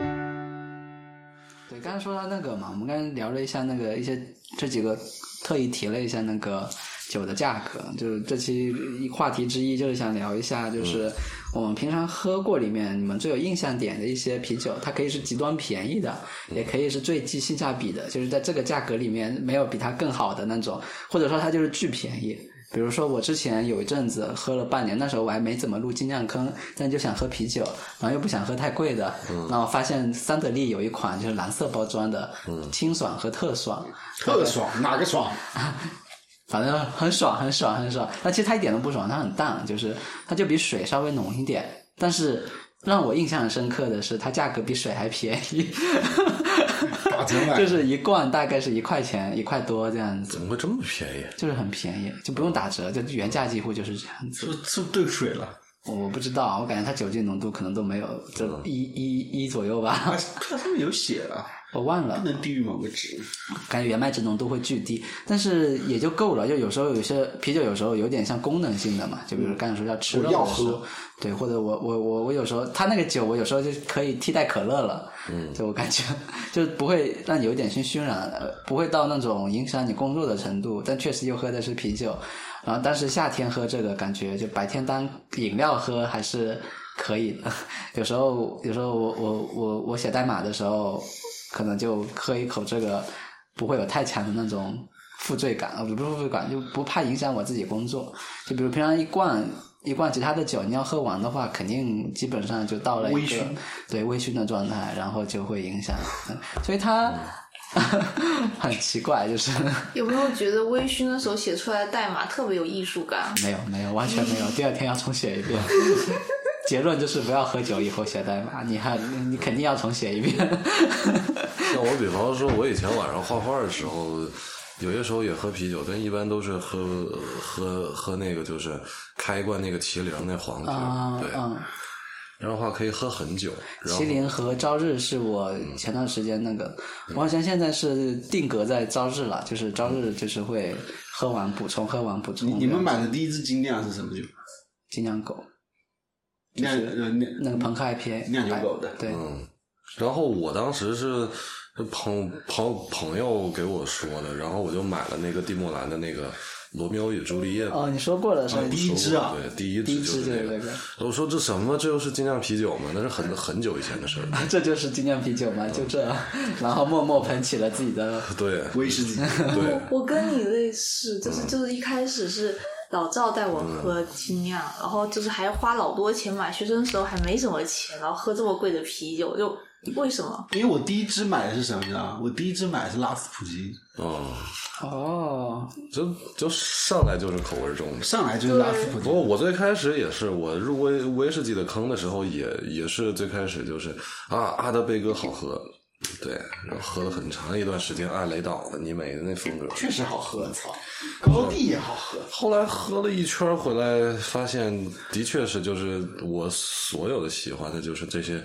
[SPEAKER 4] 了。
[SPEAKER 1] 对，刚才说到那个嘛，我们刚才聊了一下那个一些这几个，特意提了一下那个酒的价格，就是这期一话题之一就是想聊一下，就是我们平常喝过里面你们最有印象点的一些啤酒，它可以是极端便宜的，也可以是最低性价比的，就是在这个价格里面没有比它更好的那种，或者说它就是巨便宜。比如说，我之前有一阵子喝了半年，那时候我还没怎么入精酿坑，但就想喝啤酒，然后又不想喝太贵的，然后发现三得利有一款就是蓝色包装的，清爽和特爽，
[SPEAKER 3] 特爽，哪个爽？
[SPEAKER 1] 反正很爽，很爽，很爽。但其实它一点都不爽，它很淡，就是它就比水稍微浓一点。但是让我印象很深刻的是，它价格比水还便宜， [laughs]
[SPEAKER 3] 打折买
[SPEAKER 1] 就是一罐大概是一块钱，一块多这样子
[SPEAKER 2] 怎，么会这么便宜？啊
[SPEAKER 1] 就是很便宜，就不用打折，就原价几乎就是这样子。
[SPEAKER 5] 是不是兑水了？
[SPEAKER 1] 我不知道，我感觉它酒精浓度可能都没有这一一一左右吧， [laughs]
[SPEAKER 3] 它啊它上面有写了，
[SPEAKER 1] 我忘了
[SPEAKER 3] 不。能低于某个值。
[SPEAKER 1] 感觉原麦汁浓度会巨低，但是也就够了。就有时候有些啤酒有时候有点像功能性的嘛，就比如刚才说要吃肉
[SPEAKER 3] 我要
[SPEAKER 1] 的时候
[SPEAKER 3] 喝，
[SPEAKER 1] 对，或者我我我我有时候它那个酒我有时候就可以替代可乐了，嗯，就我感觉就不会让你有点醺醺然，呃不会到那种影响你工作的程度，但确实又喝的是啤酒，然后但是夏天喝这个感觉就白天当饮料喝还是可以的。有时候有时候我我我我写代码的时候，可能就喝一口这个，不会有太强的那种负罪感，呃，不是负罪感，就不怕影响我自己工作。就比如平常一罐一罐其他的酒，你要喝完的话，肯定基本上就到了一
[SPEAKER 3] 微
[SPEAKER 1] 个
[SPEAKER 3] 醺
[SPEAKER 1] 对微醺的状态，然后就会影响，嗯所以它。
[SPEAKER 3] 嗯
[SPEAKER 1] [laughs] 很奇怪，
[SPEAKER 3] [laughs]
[SPEAKER 1] 就是
[SPEAKER 4] 有没有觉得微醺的时候写出来的代码特别有艺术感？
[SPEAKER 1] 没有没有完全
[SPEAKER 3] [laughs]
[SPEAKER 1] 没有，第二天要重写一遍。结论就是不要喝酒以后写代码，你还你肯定要重写一遍。
[SPEAKER 2] 像我比方说，我以前晚上画画的时候，有些时候也喝啤酒，但一般都是喝喝喝那个，就是开一罐那个麒麟那黄酒，
[SPEAKER 1] 啊
[SPEAKER 2] 对，
[SPEAKER 1] 嗯，
[SPEAKER 2] 然后的话可以喝很久。然后
[SPEAKER 1] 麒麟和朝日是我
[SPEAKER 3] 嗯
[SPEAKER 1] 前段时间那个，我好像现在是定格在朝日了，就是朝日就是会喝完补充，喝完补充。
[SPEAKER 3] 嗯你你们买的第一支精酿是什么酒？
[SPEAKER 1] 金阳狗
[SPEAKER 3] 酿呃
[SPEAKER 1] 那
[SPEAKER 3] 酿
[SPEAKER 1] 个朋克 IPA
[SPEAKER 3] 酿酒狗的
[SPEAKER 1] 哎对，
[SPEAKER 2] 嗯，然后我当时是朋朋朋友给我说的，然后我就买了那个蒂莫兰的那个《罗密欧与朱丽叶》
[SPEAKER 1] 哦，你说过了是吧？
[SPEAKER 3] 第一支啊
[SPEAKER 2] 对，第一
[SPEAKER 1] 第
[SPEAKER 2] 支
[SPEAKER 1] 一
[SPEAKER 2] 就
[SPEAKER 1] 支就是是
[SPEAKER 2] 那
[SPEAKER 1] 那
[SPEAKER 2] 个
[SPEAKER 1] 个。
[SPEAKER 2] 我说这什么？这又是精酿啤酒吗？那是很很久以前的事儿了。
[SPEAKER 1] [laughs] 这就是精酿啤酒嘛，
[SPEAKER 3] 嗯
[SPEAKER 1] 就这， [laughs] 然后默默喷起了自己的
[SPEAKER 2] 对
[SPEAKER 3] 威士忌。
[SPEAKER 2] 对，
[SPEAKER 4] 我跟你类似，
[SPEAKER 3] 嗯
[SPEAKER 4] 就是就是一开始是老赵带我喝精酿，然后就是还花老多钱买，学生时候还没什么钱，然后喝这么贵的啤酒，就为什么？
[SPEAKER 3] 因为我第一支买的是什么，你知道吗？我第一支买的是拉斯普京，
[SPEAKER 2] 嗯，
[SPEAKER 1] 哦，
[SPEAKER 3] 嗯
[SPEAKER 2] 就就上来就是口味重的。
[SPEAKER 3] 上来就是拉斯普
[SPEAKER 2] 不
[SPEAKER 3] 京。
[SPEAKER 2] 过我最开始也是，我入威威士忌的坑的时候也，也是最开始就是啊，阿德贝哥好喝，对，然后喝了很长一段时间，啊按雷岛的尼美的那风格。
[SPEAKER 3] 确实好喝，操！高地也好喝，
[SPEAKER 2] 后来喝了一圈回来，发现的确是就是我所有的喜欢的就是这些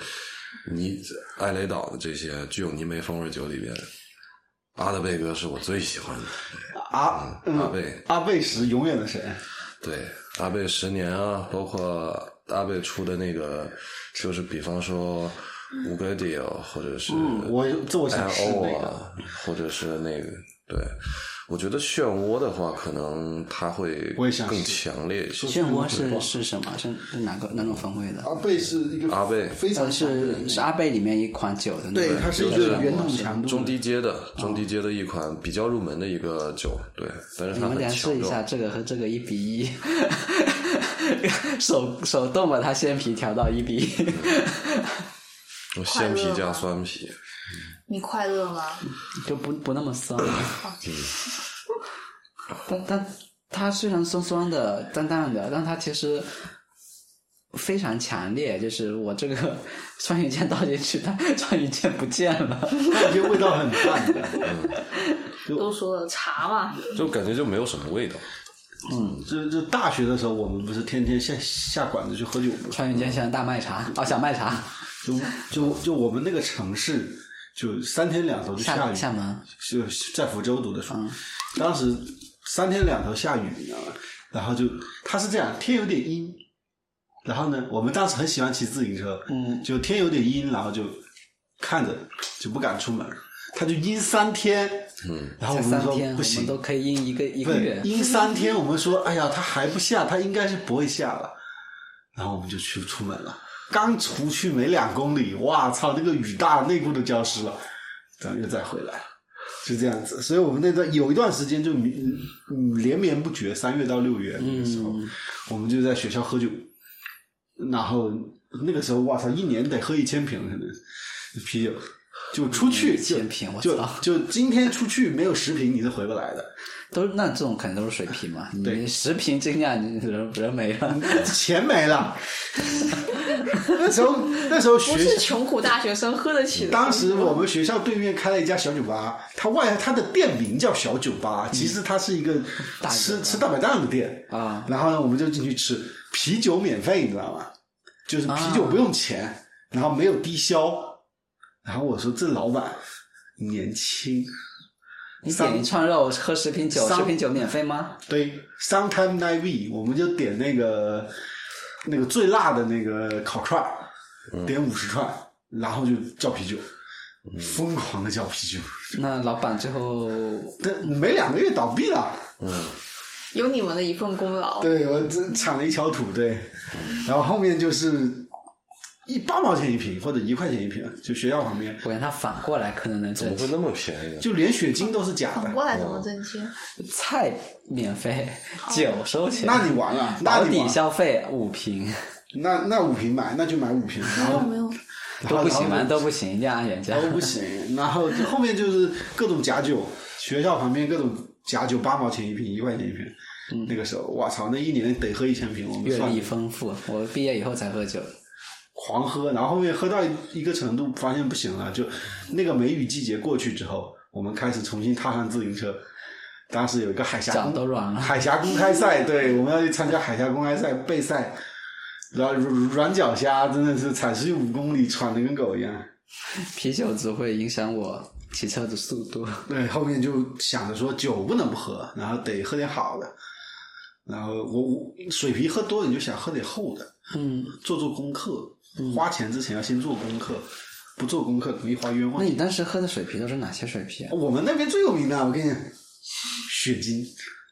[SPEAKER 2] 尼艾雷岛的这些具有泥煤风味酒里边，阿德贝哥是我最喜欢的。啊
[SPEAKER 3] 阿嗯
[SPEAKER 2] 阿贝
[SPEAKER 3] 阿贝什永远的神，
[SPEAKER 2] 对，阿贝十年啊，包括阿贝出的那个，就是比方说五个 deal，或者是
[SPEAKER 3] 嗯我这我想试
[SPEAKER 2] LO
[SPEAKER 3] 那个
[SPEAKER 2] 啊，或者是那个，对，我觉得漩涡的话，可能它会
[SPEAKER 3] 我也想试
[SPEAKER 2] 更强烈一些。
[SPEAKER 1] 漩涡是是什么？是是哪个哪种风味的？
[SPEAKER 3] 阿贝是一个
[SPEAKER 2] 阿贝
[SPEAKER 3] 非常
[SPEAKER 1] 呃，是是阿贝里面一款酒的，
[SPEAKER 3] 对，它
[SPEAKER 1] 它
[SPEAKER 3] 是一
[SPEAKER 2] 就是
[SPEAKER 3] 个圆筒强度
[SPEAKER 2] 中低阶的
[SPEAKER 3] 嗯
[SPEAKER 2] 中低阶的一款比较入门的一个酒，对，但是
[SPEAKER 1] 你
[SPEAKER 2] 它
[SPEAKER 1] 们
[SPEAKER 2] 很
[SPEAKER 1] 俩
[SPEAKER 2] 强
[SPEAKER 1] 试一
[SPEAKER 2] 壮
[SPEAKER 1] 下，这个和这个一比一， [laughs] 手手动把它鲜啤调到一比一，
[SPEAKER 3] 嗯
[SPEAKER 2] 鲜啤加酸啤，
[SPEAKER 4] 你快乐吗？
[SPEAKER 1] [laughs] 就不不那么酸了。
[SPEAKER 3] 嗯
[SPEAKER 1] 但但它虽然酸酸的、淡淡的，但它其实非常强烈。就是我这个 [laughs] 双鱼键倒进去， [laughs] 它双鱼键不见了。
[SPEAKER 3] 感觉味道很
[SPEAKER 2] [laughs]
[SPEAKER 3] 淡的。
[SPEAKER 4] 都说了茶嘛，
[SPEAKER 2] 就感觉就没有什么味道。嗯
[SPEAKER 3] 就就大学的时候，我们不是天天下下馆子去喝酒吗？
[SPEAKER 1] 双鱼键像大麦茶哦，小麦茶，
[SPEAKER 3] 就就就我们那个城市，就三天两头就下
[SPEAKER 1] 厦
[SPEAKER 3] 雨，
[SPEAKER 1] 厦门。
[SPEAKER 3] 就在福州读的书，
[SPEAKER 1] 嗯
[SPEAKER 3] 当时三天两头下雨，你知道吗？然后就它是这样，天有点阴，然后呢，我们当时很喜欢骑自行车，
[SPEAKER 1] 嗯
[SPEAKER 3] 就天有点阴，然后就看着就不敢出门，它就阴三天，嗯，然后
[SPEAKER 1] 才
[SPEAKER 3] 我
[SPEAKER 1] 三
[SPEAKER 3] 说
[SPEAKER 1] 天，我
[SPEAKER 3] 不
[SPEAKER 1] 们
[SPEAKER 3] 行，
[SPEAKER 1] 都可以印一个一
[SPEAKER 3] 不
[SPEAKER 1] 个
[SPEAKER 3] 是
[SPEAKER 1] 月。
[SPEAKER 3] 阴三天，我们说，哎呀，它还不下，它应该是不会下了，然后我们就去出门了。刚出去没两公里，哇操，那个雨大，内裤都浇湿了，然后又再回来，就这样子。所以我们那段有一段时间就嗯嗯连绵不绝，三月到六月那个时候，
[SPEAKER 1] 嗯
[SPEAKER 3] 我们就在学校喝酒，然后那个时候哇操，一年得喝一千瓶可能啤酒，就出去就
[SPEAKER 1] 千瓶我
[SPEAKER 3] 就
[SPEAKER 1] 操
[SPEAKER 3] 就今天出去没有十瓶你是回不来的。
[SPEAKER 1] 都是那这种肯定都是水瓶
[SPEAKER 3] [laughs]
[SPEAKER 1] 嘛，你十瓶惊讶，你人人没了。
[SPEAKER 3] 钱没了。 [laughs] 那时候那时候
[SPEAKER 4] 不
[SPEAKER 3] 学
[SPEAKER 4] 是穷苦大学生喝得起的。
[SPEAKER 3] 当时我们学校对面开了一家小酒吧，它外它的店名叫小酒吧，其实它是一个
[SPEAKER 1] 嗯大酒
[SPEAKER 3] 吃
[SPEAKER 1] 吧
[SPEAKER 3] 吃大排档的店
[SPEAKER 1] 啊。
[SPEAKER 3] 然后呢，我们就进去吃啤酒免费，你知道吗？就是啤
[SPEAKER 1] 啊
[SPEAKER 3] 酒不用钱，然后没有低消。然后我说这老板年轻，
[SPEAKER 1] 你点一串肉，喝十瓶酒，
[SPEAKER 3] 三
[SPEAKER 1] 十瓶酒免费吗？
[SPEAKER 3] 对，sometime night we，我们就点那个那个最辣的那个烤串儿，点五十串，然后就叫啤酒，疯狂的叫啤酒，
[SPEAKER 1] 那老板最后
[SPEAKER 3] 但没两个月倒闭了。
[SPEAKER 4] 有你们的一份功劳。
[SPEAKER 3] 对我这铲了一小土，对，然后后面就是一八毛钱一瓶或者一块钱一瓶，就学校旁边，
[SPEAKER 1] 我让他反过来可能能
[SPEAKER 2] 怎
[SPEAKER 1] 挣
[SPEAKER 2] 么会
[SPEAKER 1] 钱。
[SPEAKER 2] 那么便宜呢？
[SPEAKER 3] 就连血精都是假
[SPEAKER 4] 反
[SPEAKER 3] 的。
[SPEAKER 4] 过来怎么挣钱？
[SPEAKER 1] 菜免费，酒收钱，
[SPEAKER 3] 那你完了，那
[SPEAKER 1] 保
[SPEAKER 3] 你
[SPEAKER 1] 底
[SPEAKER 3] 完了
[SPEAKER 1] 消费五
[SPEAKER 3] [laughs]
[SPEAKER 1] 瓶
[SPEAKER 3] 那那五瓶买，那就买五瓶，然
[SPEAKER 4] 没有
[SPEAKER 3] 后
[SPEAKER 4] 没
[SPEAKER 3] [laughs]
[SPEAKER 4] 有，
[SPEAKER 3] 然后
[SPEAKER 1] [laughs] 都不行，
[SPEAKER 3] 然
[SPEAKER 1] 完
[SPEAKER 3] 后
[SPEAKER 1] 都不行，一定要按
[SPEAKER 3] [laughs]
[SPEAKER 1] 原价。
[SPEAKER 3] 都不行。然后后面就是各种假酒，学校旁边各种假酒，八毛钱一瓶，一块钱一瓶。那个时候，我操，那一年得喝一千瓶，我们
[SPEAKER 1] 阅
[SPEAKER 3] 算
[SPEAKER 1] 历丰富，我毕业以后才喝酒。
[SPEAKER 3] 狂喝，然后后面喝到一个程度，发现不行了，就那个梅雨季节过去之后，我们开始重新踏上自行车。当时有一个海峡
[SPEAKER 1] 脚
[SPEAKER 3] 公
[SPEAKER 1] 都软了
[SPEAKER 3] 海峡公开赛，对，我们要去参加海峡公开赛备赛，然后软软脚虾真的是踩出去五公里，喘的跟狗一样。
[SPEAKER 1] 啤酒只会影响我骑车的速度。
[SPEAKER 3] 对，哎后面就想着说酒不能不喝，然后得喝点好的。然后我我水皮喝多，你就想喝点厚的，
[SPEAKER 1] 嗯，
[SPEAKER 3] 做做功课。花钱之前要先做功课，不做功课容易花冤枉
[SPEAKER 1] 那
[SPEAKER 3] 钱。
[SPEAKER 1] 你当时喝的水啤都是哪些水啤啊？
[SPEAKER 3] 我们那边最有名的，我跟你讲，雪晶，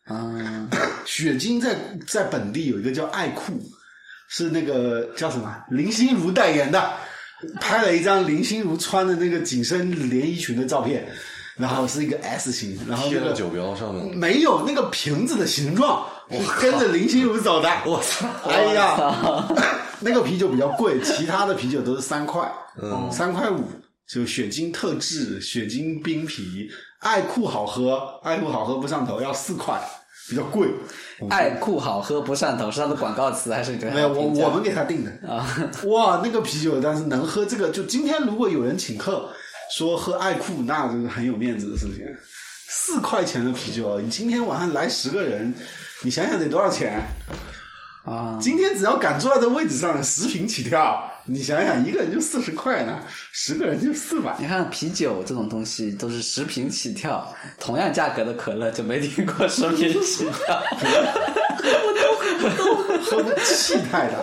[SPEAKER 1] 嗯，
[SPEAKER 3] 雪晶在在本地有一个叫爱酷，是那个叫什么林心如代言的，拍了一张林心如穿的那个紧身连衣裙的照片，然后是一个 S 型，然后
[SPEAKER 2] 贴
[SPEAKER 3] 那个
[SPEAKER 1] 啊
[SPEAKER 2] 了酒标上面，
[SPEAKER 3] 没有那个瓶子的形状，是跟着林心如走的。我操！哎呀， [laughs] 那个啤酒比较贵，其他的啤酒都是三块，嗯，三块五。就雪晶特制、雪晶冰啤，爱酷好喝，爱酷好喝不上头，要四块，比较贵。
[SPEAKER 1] 爱酷好喝不上头是它的广告词还是你对它
[SPEAKER 3] 没
[SPEAKER 1] 的
[SPEAKER 3] 有，我
[SPEAKER 1] 评价
[SPEAKER 3] 我们给他定的啊！ [laughs] 哇，那个啤酒，但是能喝这个，就今天如果有人请客说喝爱酷，那就是很有面子的事情。四块钱的啤酒，你今天晚上来十个人，你想想得多少钱？
[SPEAKER 1] 啊，
[SPEAKER 3] 今天只要敢坐在这位置上，十瓶起跳，你想想一个人就四十块呢，十个人就四百。
[SPEAKER 1] 你看啤酒这种东西都是十瓶起跳，同样价格的可乐就没听过十瓶起 [laughs] 跳，
[SPEAKER 3] 喝不气太大。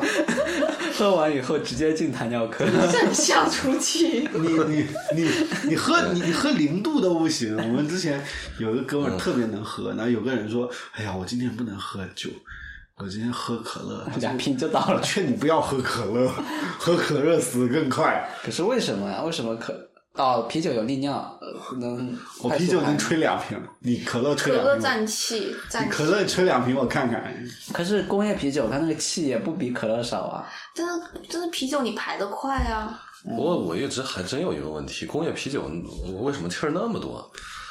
[SPEAKER 1] 喝完以后直接进糖尿 [laughs] 科。
[SPEAKER 4] 正向出击。
[SPEAKER 3] [laughs] 你你你你喝你你喝零度都不行。我们之前有一个哥
[SPEAKER 1] 嗯
[SPEAKER 3] 们儿特别能喝，然后有个人说：“哎呀，我今天不能喝酒，我今天喝可乐。”
[SPEAKER 1] 两瓶就到
[SPEAKER 3] 我
[SPEAKER 1] 了，
[SPEAKER 3] 劝你不要喝可乐，喝可乐死得更快。
[SPEAKER 1] [laughs] 可是为什么呀？为什么可哦啤酒有利尿，呃能
[SPEAKER 3] 我
[SPEAKER 1] 快速
[SPEAKER 3] 啤酒
[SPEAKER 1] 排
[SPEAKER 3] 能
[SPEAKER 1] 尿
[SPEAKER 3] 吹两瓶，你可乐
[SPEAKER 4] 可
[SPEAKER 3] 吹
[SPEAKER 4] 乐
[SPEAKER 3] 两瓶
[SPEAKER 4] 胀气，
[SPEAKER 3] 我，你
[SPEAKER 4] 胀
[SPEAKER 3] 可
[SPEAKER 4] 气。
[SPEAKER 3] 乐吹两瓶我看看。
[SPEAKER 1] 可是工业啤酒它那个气也不比可乐少啊。
[SPEAKER 4] 但是但是啤酒你排得快啊，
[SPEAKER 2] 不过
[SPEAKER 1] 嗯
[SPEAKER 2] 我一直还真有一个问题：工业啤酒为什么气儿那么多？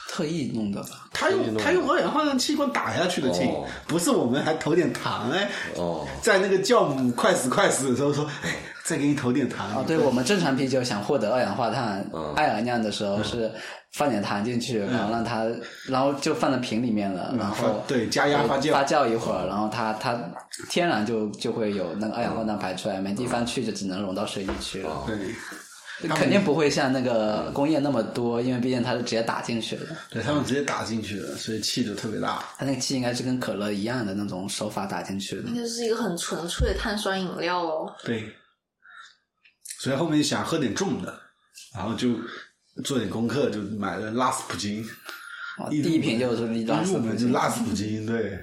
[SPEAKER 1] 特意弄的吧？
[SPEAKER 3] 他用他用二氧化碳气罐打下去的气
[SPEAKER 2] 哦，
[SPEAKER 3] 不是我们还投点糖哎。
[SPEAKER 2] 哦，
[SPEAKER 3] 在那个酵母快死快死的时候说，哎，再给你投点糖。
[SPEAKER 1] 哦，对，我们正常啤酒想获得二氧化碳，
[SPEAKER 2] 嗯
[SPEAKER 1] 爱尔酿的时候
[SPEAKER 3] 嗯
[SPEAKER 1] 是放点糖进去，然后让它，然后就放在瓶里面了，然后
[SPEAKER 3] 嗯
[SPEAKER 1] 呃
[SPEAKER 3] 对加压发酵嗯
[SPEAKER 1] 发酵一会儿，然后它它天然就就会有那个二氧化碳排出来，没地方去就只能溶到水里去了，
[SPEAKER 3] 对。
[SPEAKER 1] 肯定不会像那个
[SPEAKER 3] 嗯
[SPEAKER 1] 工业那么多，因为毕竟它是直接打进去的，
[SPEAKER 3] 对他们直接打进去了，所以气就特别大。
[SPEAKER 1] 它那个气应该是跟可乐一样的那种手法打进去的
[SPEAKER 3] 嗯
[SPEAKER 4] 那。就是一个很纯粹的碳酸饮料哦。
[SPEAKER 3] 对，所以后面想喝点重的，然后就做点功课，就买了拉斯普京，
[SPEAKER 1] 哇哦第
[SPEAKER 3] 一入
[SPEAKER 1] 一瓶就是拉
[SPEAKER 3] 一
[SPEAKER 1] 斯
[SPEAKER 3] 入
[SPEAKER 1] 普
[SPEAKER 3] 门就
[SPEAKER 1] 京，
[SPEAKER 3] 拉斯普京，对，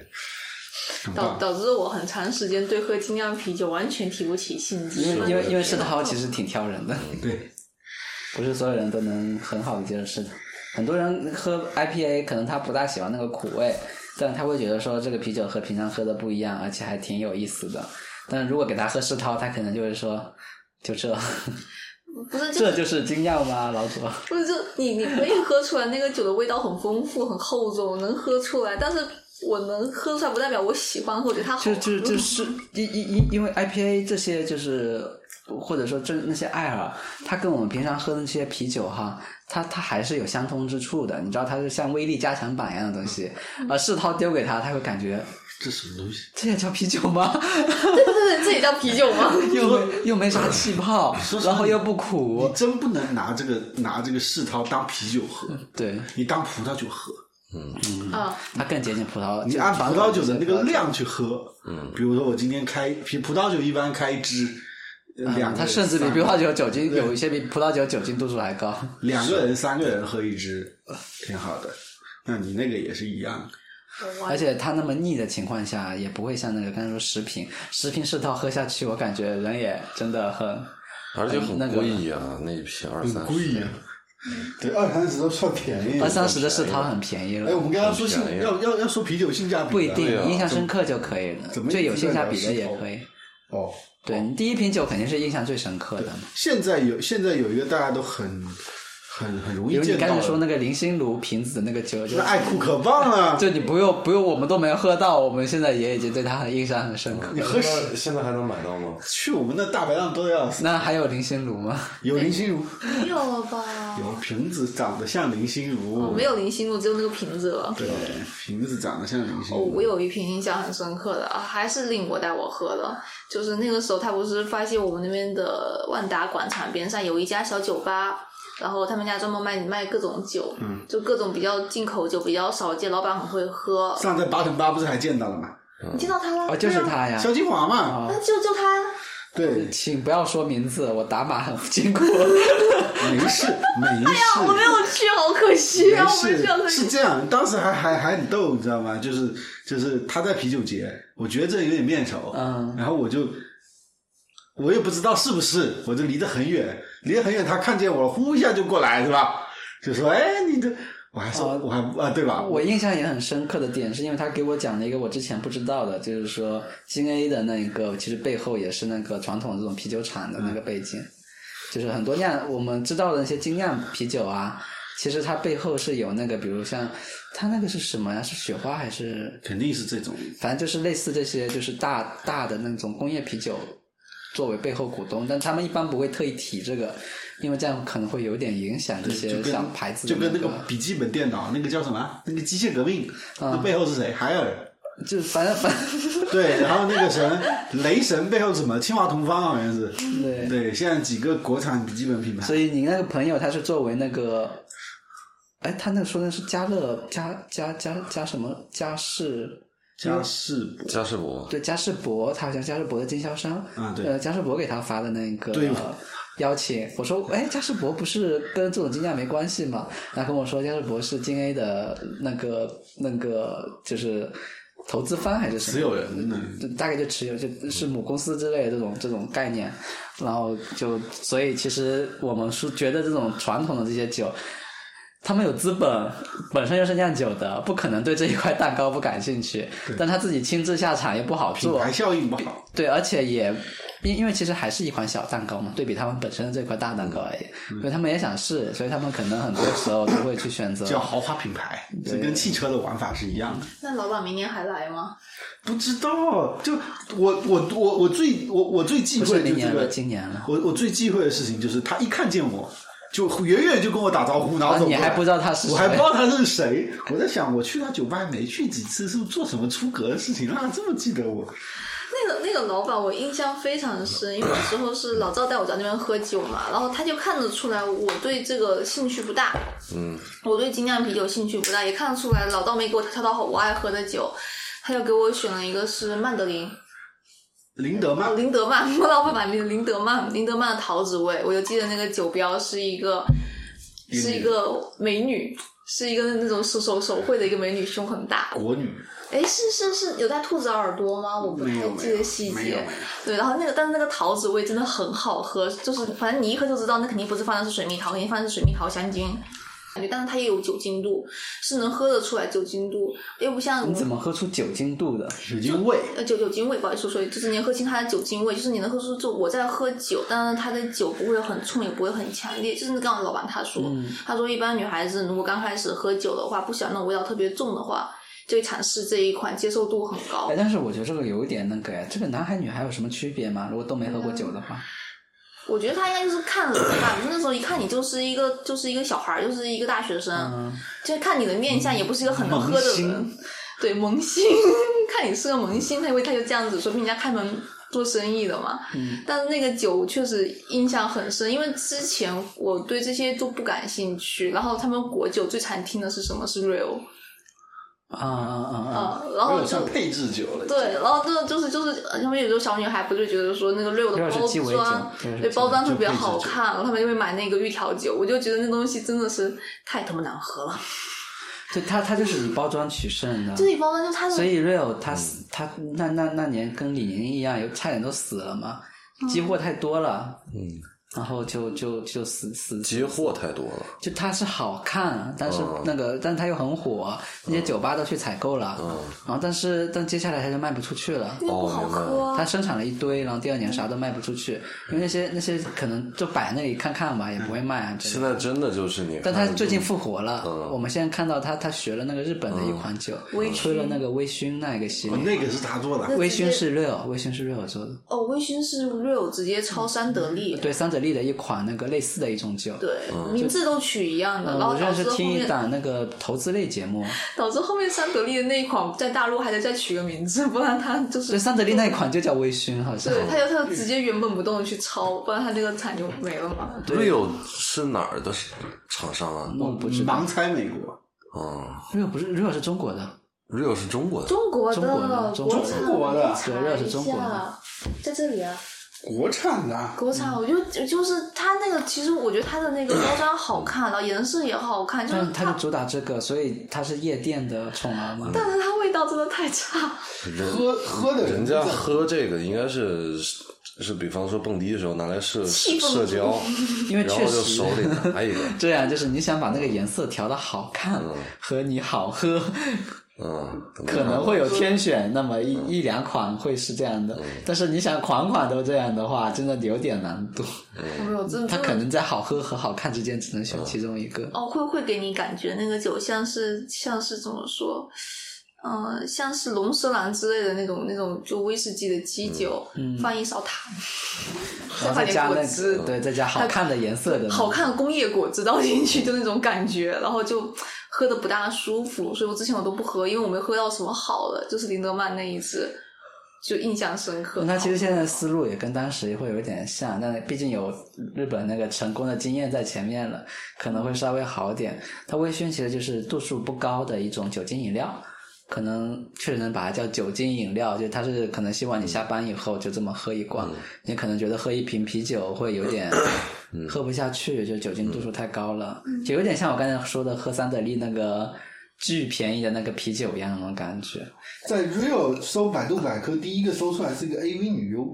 [SPEAKER 3] 很
[SPEAKER 4] 导
[SPEAKER 1] 嗯
[SPEAKER 3] 棒。
[SPEAKER 4] 导致我很长时间对喝精酿啤酒完全提不起兴致。
[SPEAKER 1] 因为因为因为世涛其实挺挑人的。
[SPEAKER 3] 对，
[SPEAKER 1] 不是所有人都能很好的接受吃的。很多人喝 IPA，可能他不大喜欢那个苦味，但他会觉得说这个啤酒和平常喝的不一样，而且还挺有意思的。但如果给他喝世涛，他可能就会说就这。
[SPEAKER 4] 哦
[SPEAKER 1] [laughs]
[SPEAKER 4] 不是就
[SPEAKER 1] 这就是惊讶吗，老左？
[SPEAKER 4] 不是就你你可以喝出来那个酒的味道很丰富很厚重，我能喝出来，但是我能喝出来不代表我喜欢或者它好
[SPEAKER 1] 就
[SPEAKER 4] 喝。
[SPEAKER 1] 就
[SPEAKER 4] [laughs]
[SPEAKER 1] 就是因因因因为 IPA 这些就是或者说这那些艾尔，它跟我们平常喝的那些啤酒哈，它它还是有相通之处的。你知道它是像威力加强版一样的东西，啊，世涛丢给他，他会感觉
[SPEAKER 3] 这什么东西？
[SPEAKER 1] 这也叫啤酒吗？
[SPEAKER 4] 对对对，这也叫啤酒吗？
[SPEAKER 1] 又没又没啥气 [laughs] 泡，然后又不苦
[SPEAKER 3] 你，真不能拿这个拿这个世涛当啤酒喝，
[SPEAKER 1] 对，
[SPEAKER 3] 你当葡萄酒喝，
[SPEAKER 1] 嗯
[SPEAKER 4] 啊，
[SPEAKER 1] 它更接近啊葡萄。
[SPEAKER 3] 你
[SPEAKER 1] 就
[SPEAKER 3] 按葡萄酒的那
[SPEAKER 1] 葡萄
[SPEAKER 3] 个
[SPEAKER 1] 酒
[SPEAKER 3] 量去喝。嗯，比如说我今天开，比葡萄酒一般开一支，呃
[SPEAKER 1] 嗯，
[SPEAKER 3] 两个
[SPEAKER 1] 它
[SPEAKER 3] 人
[SPEAKER 1] 甚至比
[SPEAKER 3] 三
[SPEAKER 1] 葡
[SPEAKER 3] 个
[SPEAKER 1] 萄酒酒精有一些比葡萄酒酒精度数还高。
[SPEAKER 3] 两个人、三个人喝一支，挺好的。那你那个也是一样，
[SPEAKER 1] 而且它那么腻的情况下，也不会像那个刚才说食品，食品世套喝下去，我感觉人也真的很，
[SPEAKER 2] 而且很
[SPEAKER 1] 哎那个
[SPEAKER 2] 贵呀、那一瓶二三十，
[SPEAKER 3] 贵呀、对，二三十都算便宜
[SPEAKER 1] 二三十的世套很便宜了
[SPEAKER 3] 哎，我，们刚刚说性
[SPEAKER 2] 很便宜
[SPEAKER 3] 要要要说啤酒性价比的，
[SPEAKER 1] 不一定
[SPEAKER 2] 对啊
[SPEAKER 1] 印象深刻就可以了，
[SPEAKER 3] 怎么
[SPEAKER 1] 最有性价比
[SPEAKER 3] 怎
[SPEAKER 1] 的
[SPEAKER 3] 么
[SPEAKER 1] 也
[SPEAKER 3] 怎么
[SPEAKER 1] 可以。
[SPEAKER 3] 哦。
[SPEAKER 1] 对你第一瓶酒肯定是印象最深刻的嘛，
[SPEAKER 3] 现在有现在有一个大家都很很很容
[SPEAKER 1] 比
[SPEAKER 3] 易
[SPEAKER 1] 如你
[SPEAKER 3] 见
[SPEAKER 1] 刚
[SPEAKER 3] 到
[SPEAKER 1] 才
[SPEAKER 3] 的，
[SPEAKER 1] 说那个林心如瓶子的那个酒，就
[SPEAKER 3] 那爱酷可棒啊！
[SPEAKER 1] [laughs] 就你不用不用，我们都没有喝到，我们现在也已经对它很印象很深刻。
[SPEAKER 3] 你喝
[SPEAKER 2] 现在现在还能买到吗？
[SPEAKER 3] 去我们那大排档都要死，
[SPEAKER 1] 那还有林心如吗？
[SPEAKER 3] 有林心如，
[SPEAKER 4] 没有了吧？
[SPEAKER 3] 有瓶子长得像林心
[SPEAKER 1] 哦
[SPEAKER 3] 如，
[SPEAKER 4] 没有林心如，只有那个瓶子了。
[SPEAKER 3] 对，瓶子长得像林心
[SPEAKER 4] 哦，
[SPEAKER 3] 如。
[SPEAKER 4] 我有一瓶印象很深刻的，啊还是令我带我喝的，就是那个时候他不是发现我们那边的万达广场边上有一家小酒吧，然后他们家专门卖卖各种酒，嗯，就各种比较进口酒比较少见，老板很会喝，
[SPEAKER 3] 上次八乘八不是还见到了吗？
[SPEAKER 4] 你见到他了？
[SPEAKER 1] 哦，就是
[SPEAKER 4] 对啊，
[SPEAKER 1] 他呀。
[SPEAKER 3] 萧金华嘛，
[SPEAKER 1] 哦
[SPEAKER 4] 那就就他呀，
[SPEAKER 3] 对，
[SPEAKER 1] 请不要说名字，我打码很经过。 [laughs]
[SPEAKER 3] 没事没事。
[SPEAKER 4] 我没有去，好可惜啊，我没去，好可
[SPEAKER 3] 是是
[SPEAKER 4] 惜。
[SPEAKER 3] 这样，当时还还还很逗，你知道吗？就是就是他在啤酒节，我觉得这有点面熟，
[SPEAKER 1] 嗯，
[SPEAKER 3] 然后我就我也不知道是不是，我就离得很远，离得很远，他看见我，呼一下就过来，是吧？就说：“哎，你这……”我还说，我还啊，对吧？
[SPEAKER 1] 我印象也很深刻的点，是因为他给我讲了一个我之前不知道的，就是说新 A 的那个，其实背后也是那个传统这种啤酒厂的那个背景， [laughs] 就是很多酿我们知道的那些精酿啤酒啊，其实它背后是有那个，比如像它那个是什么呀？是雪花还是？
[SPEAKER 3] 肯定是这种，
[SPEAKER 1] 反正就是类似这些，就是大大的那种工业啤酒作为背后股东，但他们一般不会特意提这个，因为这样可能会有点影响这
[SPEAKER 3] 就
[SPEAKER 1] 些
[SPEAKER 3] 跟
[SPEAKER 1] 小牌子的、
[SPEAKER 3] 就跟那
[SPEAKER 1] 那
[SPEAKER 3] 个笔记本电脑，那个叫什么？那个机械革命，那背后是谁？海尔。
[SPEAKER 1] 就反正反
[SPEAKER 3] [laughs]
[SPEAKER 1] 正
[SPEAKER 3] 对，然后那个神雷神背后是什么？清华同方好像是。
[SPEAKER 1] 对
[SPEAKER 3] 对，现在几个国产笔记本品牌
[SPEAKER 1] 所以你那个朋友他是作为那个，哎，他那个说的是加乐加加加加什么加士。
[SPEAKER 3] 嘉士伯。
[SPEAKER 2] 嘉士伯，
[SPEAKER 1] 对嘉士伯，他好像嘉士伯的经销商，
[SPEAKER 3] 啊对
[SPEAKER 1] 呃，嘉士伯给他发的那个呃
[SPEAKER 3] 对
[SPEAKER 1] 邀请，我说，哎，嘉士伯不是跟这种竞价没关系吗？他跟我说，嘉士伯是金 A 的那个那个就是投资方还是什么
[SPEAKER 3] 持有人呢
[SPEAKER 1] 就大概就持有
[SPEAKER 3] 嗯
[SPEAKER 1] 就是母公司之类的这种这种概念，然后就所以其实我们是觉得这种传统的这些酒。他们有资本，本身就是酿酒的，不可能对这一块蛋糕不感兴趣。但他自己亲自下场也不好
[SPEAKER 3] 品
[SPEAKER 1] 做
[SPEAKER 3] 牌，效应不好，
[SPEAKER 1] 对，而且也因因为其实还是一款小蛋糕嘛，对比他们本身的这块大蛋糕而言，
[SPEAKER 3] 嗯
[SPEAKER 1] 所以他们也想试，所以他们可能很多时候都会去选择。
[SPEAKER 3] 叫豪华品牌，这跟汽车的玩法是一样的。
[SPEAKER 4] 那老板明年还来吗？
[SPEAKER 3] 不知道，就我我我我最我我最忌
[SPEAKER 1] 不是
[SPEAKER 3] 讳
[SPEAKER 1] 明
[SPEAKER 3] 就这
[SPEAKER 1] 年
[SPEAKER 3] 个
[SPEAKER 1] 了，，今年了。
[SPEAKER 3] 我我最忌讳的事情就是他一看见我就远远就跟我打招呼，然后
[SPEAKER 1] 啊，
[SPEAKER 3] 走过
[SPEAKER 1] 你
[SPEAKER 3] 来、
[SPEAKER 1] 还不知道他是谁？
[SPEAKER 3] 我还不知道他是谁，我在想，我去他酒吧还没去几次，是不是做什么出格的事情让他这么记得我？
[SPEAKER 4] 那个那个老板我印象非常深，因为有时候是老赵带我在那边喝酒嘛，然后他就看得出来我对这个兴趣不大，
[SPEAKER 2] 嗯，
[SPEAKER 4] 我对精酿啤酒兴趣不大，也看得出来老赵没给我挑到我爱喝的酒，他就给我选了一个是曼德林，
[SPEAKER 3] 林德曼
[SPEAKER 4] 哦，林德曼，我老板把名字林德曼，林德曼的桃子味，我就记得那个酒标是一个是一个美女，是一个那种手手手绘的一个美女，胸很大，
[SPEAKER 3] 国女，
[SPEAKER 4] 哎，是是是，有带兔子耳朵吗？我不
[SPEAKER 3] 没
[SPEAKER 4] 太
[SPEAKER 3] 有
[SPEAKER 4] 记得细
[SPEAKER 3] 没有
[SPEAKER 4] 节
[SPEAKER 3] 没有。
[SPEAKER 4] 对，然后那个，但是那个桃子味真的很好喝，就是反正你一喝就知道，那肯定不是放的是水蜜桃，肯定放的是水蜜桃香精。感觉，但是它也有酒精度，是能喝得出来酒精度，又不像
[SPEAKER 1] 你怎么喝出酒精度的？
[SPEAKER 3] 酒精味，
[SPEAKER 4] 呃酒酒精味，不好意思，所以就是你能喝清它的酒精味，就是你能喝出就我在喝酒，但是它的酒不会很冲，也不会很强烈。就是刚刚老板他说，
[SPEAKER 1] 嗯
[SPEAKER 4] 他说一般女孩子如果刚开始喝酒的话，不喜欢那种味道特别重的话，就会尝试这一款接受度很高
[SPEAKER 1] 哎，。但是我觉得这个有一点那个哎，这个男孩女孩有什么区别吗？如果都没喝过酒的话，
[SPEAKER 4] 我觉得他应该就是看人吧，那时候一看你就是一个就是一个小孩儿，就是一个大学生，就看你的面相也不是一个很能喝的人，对萌新， [laughs] 看你是个萌新，他以为他就这样子，说明人家开门做生意的嘛。但是那个酒确实印象很深，因为之前我对这些都不感兴趣，然后他们国酒最常听的是什么？是 real，
[SPEAKER 1] 啊啊啊啊！
[SPEAKER 4] 啊，然后
[SPEAKER 3] 有
[SPEAKER 4] 就
[SPEAKER 3] 像配制酒了。
[SPEAKER 4] 对，然后这就是就是，呃他们有时候小女孩不就觉得说那个 real 的
[SPEAKER 1] Real 是
[SPEAKER 4] 包
[SPEAKER 1] 鸡尾酒
[SPEAKER 4] 装
[SPEAKER 1] Real 是，
[SPEAKER 4] 对
[SPEAKER 1] 鸡
[SPEAKER 4] 包
[SPEAKER 1] 尾
[SPEAKER 4] 装
[SPEAKER 3] 酒
[SPEAKER 4] 特别
[SPEAKER 3] 配制
[SPEAKER 4] 好
[SPEAKER 3] 酒
[SPEAKER 4] 看，然后他们就会买那个玉条酒，我就觉得那东西真的是太他妈难喝了。
[SPEAKER 1] 对他，他就是以包装取胜的。
[SPEAKER 4] 对，包装就它
[SPEAKER 1] 所
[SPEAKER 4] 的
[SPEAKER 1] 以 real
[SPEAKER 2] 嗯
[SPEAKER 1] 他死他那那那年跟李宁一样，有差点都死了嘛，
[SPEAKER 4] 嗯
[SPEAKER 1] 积货太多了，
[SPEAKER 2] 嗯，
[SPEAKER 1] 然后就就就死死
[SPEAKER 2] 集货太多了，
[SPEAKER 1] 就它是好看，啊但是
[SPEAKER 2] 嗯
[SPEAKER 1] 那个，但它又很火，那
[SPEAKER 2] 哦
[SPEAKER 1] 些酒吧都去采购了，然后但是但接下来它就卖不出去了。
[SPEAKER 4] 因为不
[SPEAKER 2] 哦
[SPEAKER 4] 好
[SPEAKER 2] 明白
[SPEAKER 4] 喝啊
[SPEAKER 1] 它。生产了一堆，然后第二年啥都卖不出
[SPEAKER 2] 嗯
[SPEAKER 1] 去，因为那些那些可能就摆那里看看吧，也不会卖啊。真的
[SPEAKER 2] 现在真的嗯就是嗯你看，
[SPEAKER 1] 但它最近复活了，我们现在看到它，它学了那个日本的一款酒，
[SPEAKER 4] 嗯微醺
[SPEAKER 1] 推了那个微醺那一个系
[SPEAKER 3] 哦
[SPEAKER 1] 列。
[SPEAKER 3] 那个是他做的，
[SPEAKER 1] 微醺是 real，微醺是 real 做的，
[SPEAKER 4] 哦，微醺是 real 直接抄三得利，
[SPEAKER 1] 嗯对三得利的一款那个类似的一种酒。
[SPEAKER 4] 对，
[SPEAKER 2] 嗯
[SPEAKER 4] 名字都取一样的，
[SPEAKER 1] 呃
[SPEAKER 4] 然后
[SPEAKER 1] 我
[SPEAKER 4] 导
[SPEAKER 1] 认识
[SPEAKER 4] 致后
[SPEAKER 1] 听一
[SPEAKER 4] 面
[SPEAKER 1] 档那个投资类节目，
[SPEAKER 4] 导致后面三得利的那一款在大陆还得再取个名字，不然它就
[SPEAKER 1] 所以
[SPEAKER 4] 是。
[SPEAKER 1] 三得利那一款就叫微醺，好像。
[SPEAKER 4] 对，它就它
[SPEAKER 1] 嗯
[SPEAKER 4] 就直接原本不动地去抄，不然它这个产就没了嘛。
[SPEAKER 2] Rio 是哪儿的厂商啊？
[SPEAKER 1] 我不知道。
[SPEAKER 3] 盲猜美国，
[SPEAKER 2] 嗯
[SPEAKER 1] Rio 不是 Rio 是中国的，
[SPEAKER 2] ，Rio 是中国的，
[SPEAKER 4] 中国
[SPEAKER 1] 中国的中国
[SPEAKER 4] 国
[SPEAKER 1] 的
[SPEAKER 4] 产
[SPEAKER 3] 中国的
[SPEAKER 4] 查
[SPEAKER 1] 对热是
[SPEAKER 4] 一
[SPEAKER 1] 中国的
[SPEAKER 4] 下在这里啊，
[SPEAKER 3] 国产的，啊
[SPEAKER 4] 国产，我就就就是它那个，其实我觉得它的那个包装好看，然后颜色也好看，就
[SPEAKER 1] 但
[SPEAKER 4] 是
[SPEAKER 1] 它就主打这个，所以它是夜店的宠儿嘛。
[SPEAKER 4] 但是它味道真的太差。
[SPEAKER 3] 喝喝的
[SPEAKER 2] 人
[SPEAKER 3] 人
[SPEAKER 2] 家喝这个应该是是是，比方说蹦迪的时候拿来社
[SPEAKER 4] 气氛
[SPEAKER 2] 社交，
[SPEAKER 1] [laughs] 因为
[SPEAKER 2] 然
[SPEAKER 1] 确
[SPEAKER 2] 后就
[SPEAKER 1] 实
[SPEAKER 2] 手里拿一个，
[SPEAKER 1] [laughs] 这样就是你想把那个颜色调的好看和你好喝，
[SPEAKER 2] 嗯，
[SPEAKER 1] 嗯可能嗯会有天选那么一一两款会是这样的，但是你想款款都这样的话，真的有点难度。
[SPEAKER 4] 没有，真的
[SPEAKER 1] 它
[SPEAKER 4] 真的
[SPEAKER 1] 可能在好喝和好看之间只能选其中一个。
[SPEAKER 4] 哦，会会给你感觉那个酒像是像是怎么说？嗯、像是龙舌兰之类的那种那种就威士忌的基酒，放一勺糖，
[SPEAKER 1] 嗯然后再
[SPEAKER 4] 放
[SPEAKER 1] 加
[SPEAKER 4] 点果
[SPEAKER 1] 那
[SPEAKER 4] 汁，
[SPEAKER 1] 个对，再加好看的颜色的那种，
[SPEAKER 4] 好看的工业果汁倒进去就那种感觉，然后就喝的不大舒服，所以我之前我都不喝，因为我没喝到什么好的，就是林德曼那一支就印象深刻。
[SPEAKER 1] 那其实现在思路也跟当时会有点像，但毕竟有日本那个成功的经验在前面了，可能会稍微好点。它微醺其实就是度数不高的一种酒精饮料，可能确实能把它叫酒精饮料，就它是可能希望你下班以后就这么喝一罐，你可能觉得喝一瓶啤酒会有点喝不下去，就酒精度数太高了，就有点像我刚才说的喝三得利那个巨便宜的那个啤酒一样那种感觉。
[SPEAKER 3] 在 Real 搜百度百科，第一个搜出来是一个 AV 女优，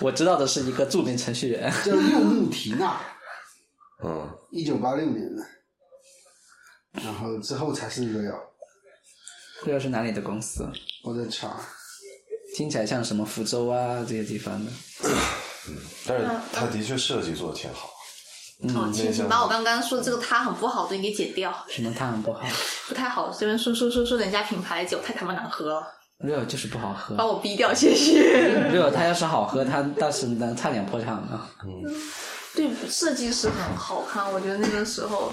[SPEAKER 1] 我知道的是一个著名程序员。
[SPEAKER 3] 叫柚木缇娜，
[SPEAKER 2] 嗯，
[SPEAKER 3] 一九八六年的，然后之后才是 Real。
[SPEAKER 1] 这又是哪里的公司？
[SPEAKER 3] 我在查，
[SPEAKER 1] 听起来像什么福州啊这些地方的。
[SPEAKER 2] 但是他的确设计做的挺好，
[SPEAKER 4] 哦，
[SPEAKER 1] 嗯
[SPEAKER 4] 请请把我刚刚说这个它很不好的你给剪掉，
[SPEAKER 1] 什么它很不好
[SPEAKER 4] 不太好。这边说说说说人家品牌的酒太他妈难喝了，
[SPEAKER 1] ，real 就是不好喝
[SPEAKER 4] 把。我逼掉，谢谢。
[SPEAKER 1] real 它要是好喝，它当时能差点破产了。
[SPEAKER 4] 对，设计师很好看，我觉得那个时候，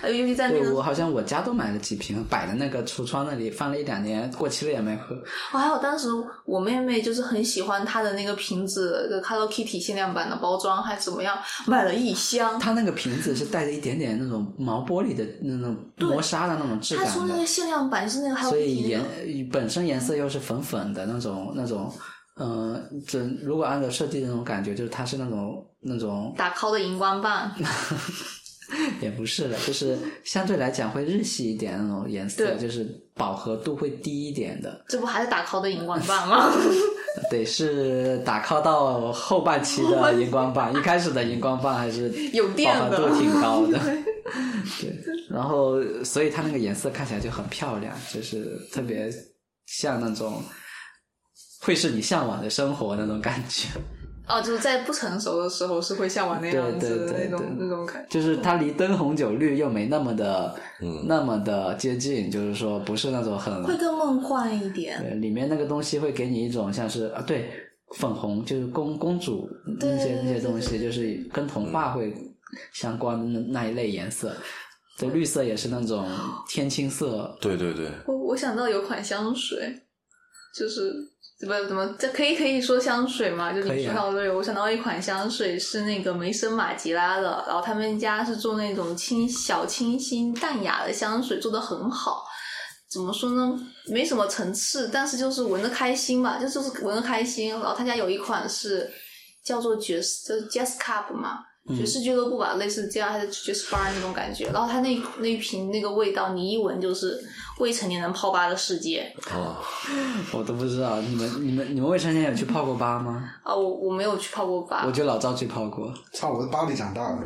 [SPEAKER 4] 呃，尤其在那
[SPEAKER 1] 对我
[SPEAKER 4] 个，
[SPEAKER 1] 好像我家都买了几瓶，摆在那个橱窗那里放了一两年，过期了也没喝。
[SPEAKER 4] 我还有当时我妹妹就是很喜欢她的那个瓶子的 Hello Kitty 限量版的包装，还怎么样，买了一箱。
[SPEAKER 1] 它那个瓶子是带着一点点那种毛玻璃的那种磨砂的那种质
[SPEAKER 4] 她说
[SPEAKER 1] 感
[SPEAKER 4] 那
[SPEAKER 1] 的
[SPEAKER 4] 个，限量版是那个 Hello
[SPEAKER 1] 所以
[SPEAKER 4] Kitty 那
[SPEAKER 1] 颜
[SPEAKER 4] 个
[SPEAKER 1] 本身颜色又是粉粉的那种那种，嗯、这如果按照设计的那种感觉，就是它是那种那种
[SPEAKER 4] 打 call 的荧光棒，
[SPEAKER 1] 也不是的，就是相对来讲会日系一点那种颜色，
[SPEAKER 4] 对
[SPEAKER 1] 就是饱和度会低一点的。
[SPEAKER 4] 这不还是打 call 的荧光棒吗？ [laughs]
[SPEAKER 1] 得是打 call 到后
[SPEAKER 4] [laughs]
[SPEAKER 1] 半期的荧光棒，一开始的荧光棒还是
[SPEAKER 4] 有电
[SPEAKER 1] 饱和
[SPEAKER 4] 的
[SPEAKER 1] 度挺高的。对，然后所以它那个颜色看起来就很漂亮，就是特别像那种会是你向往的生活那种感觉。
[SPEAKER 4] 哦，就是在不成熟的时候是会向往那
[SPEAKER 1] 对
[SPEAKER 4] 样
[SPEAKER 1] 对
[SPEAKER 4] 子的
[SPEAKER 1] 对
[SPEAKER 4] 那种
[SPEAKER 1] 对
[SPEAKER 4] 那种感觉。
[SPEAKER 1] 就是它离灯红酒绿又没那么的，
[SPEAKER 2] 嗯
[SPEAKER 1] 那么的接近，就是说不是那种很
[SPEAKER 4] 会更梦幻一点，
[SPEAKER 1] 呃对，里面那个东西会给你一种像是啊，对，粉红就是公公主
[SPEAKER 4] 对
[SPEAKER 1] 那些
[SPEAKER 4] 对
[SPEAKER 1] 那些
[SPEAKER 4] 对
[SPEAKER 1] 东西，就是跟童话会相关的那那一类颜色。对，绿色也是那种天青色，
[SPEAKER 2] 对对对，
[SPEAKER 4] 我我想到有款香水，就是怎么怎么，这可以可以说香水嘛？就
[SPEAKER 1] 可
[SPEAKER 4] 你
[SPEAKER 1] 以啊
[SPEAKER 4] 说到这个，我想到一款香水是那个梅森马吉拉的，然后他们家是做那种清小清新淡雅的香水，做的很好。怎么说呢？没什么层次，但是就是闻着开心吧，就就是闻着开心。然后他家有一款是叫做爵士，就是 Jazz Club 嘛，爵士俱乐部吧，类似这样，还是爵士 bar 那种感觉。然后它那那一瓶那个味道，你一闻就是未成年人泡吧的世界
[SPEAKER 2] 啊，
[SPEAKER 1] 我都不知道。你们、你们、你们未成年有去泡过吧吗？
[SPEAKER 4] 啊！我我没有去泡过吧
[SPEAKER 1] 我，就老赵去泡过。
[SPEAKER 3] 操，我在巴黎长大的，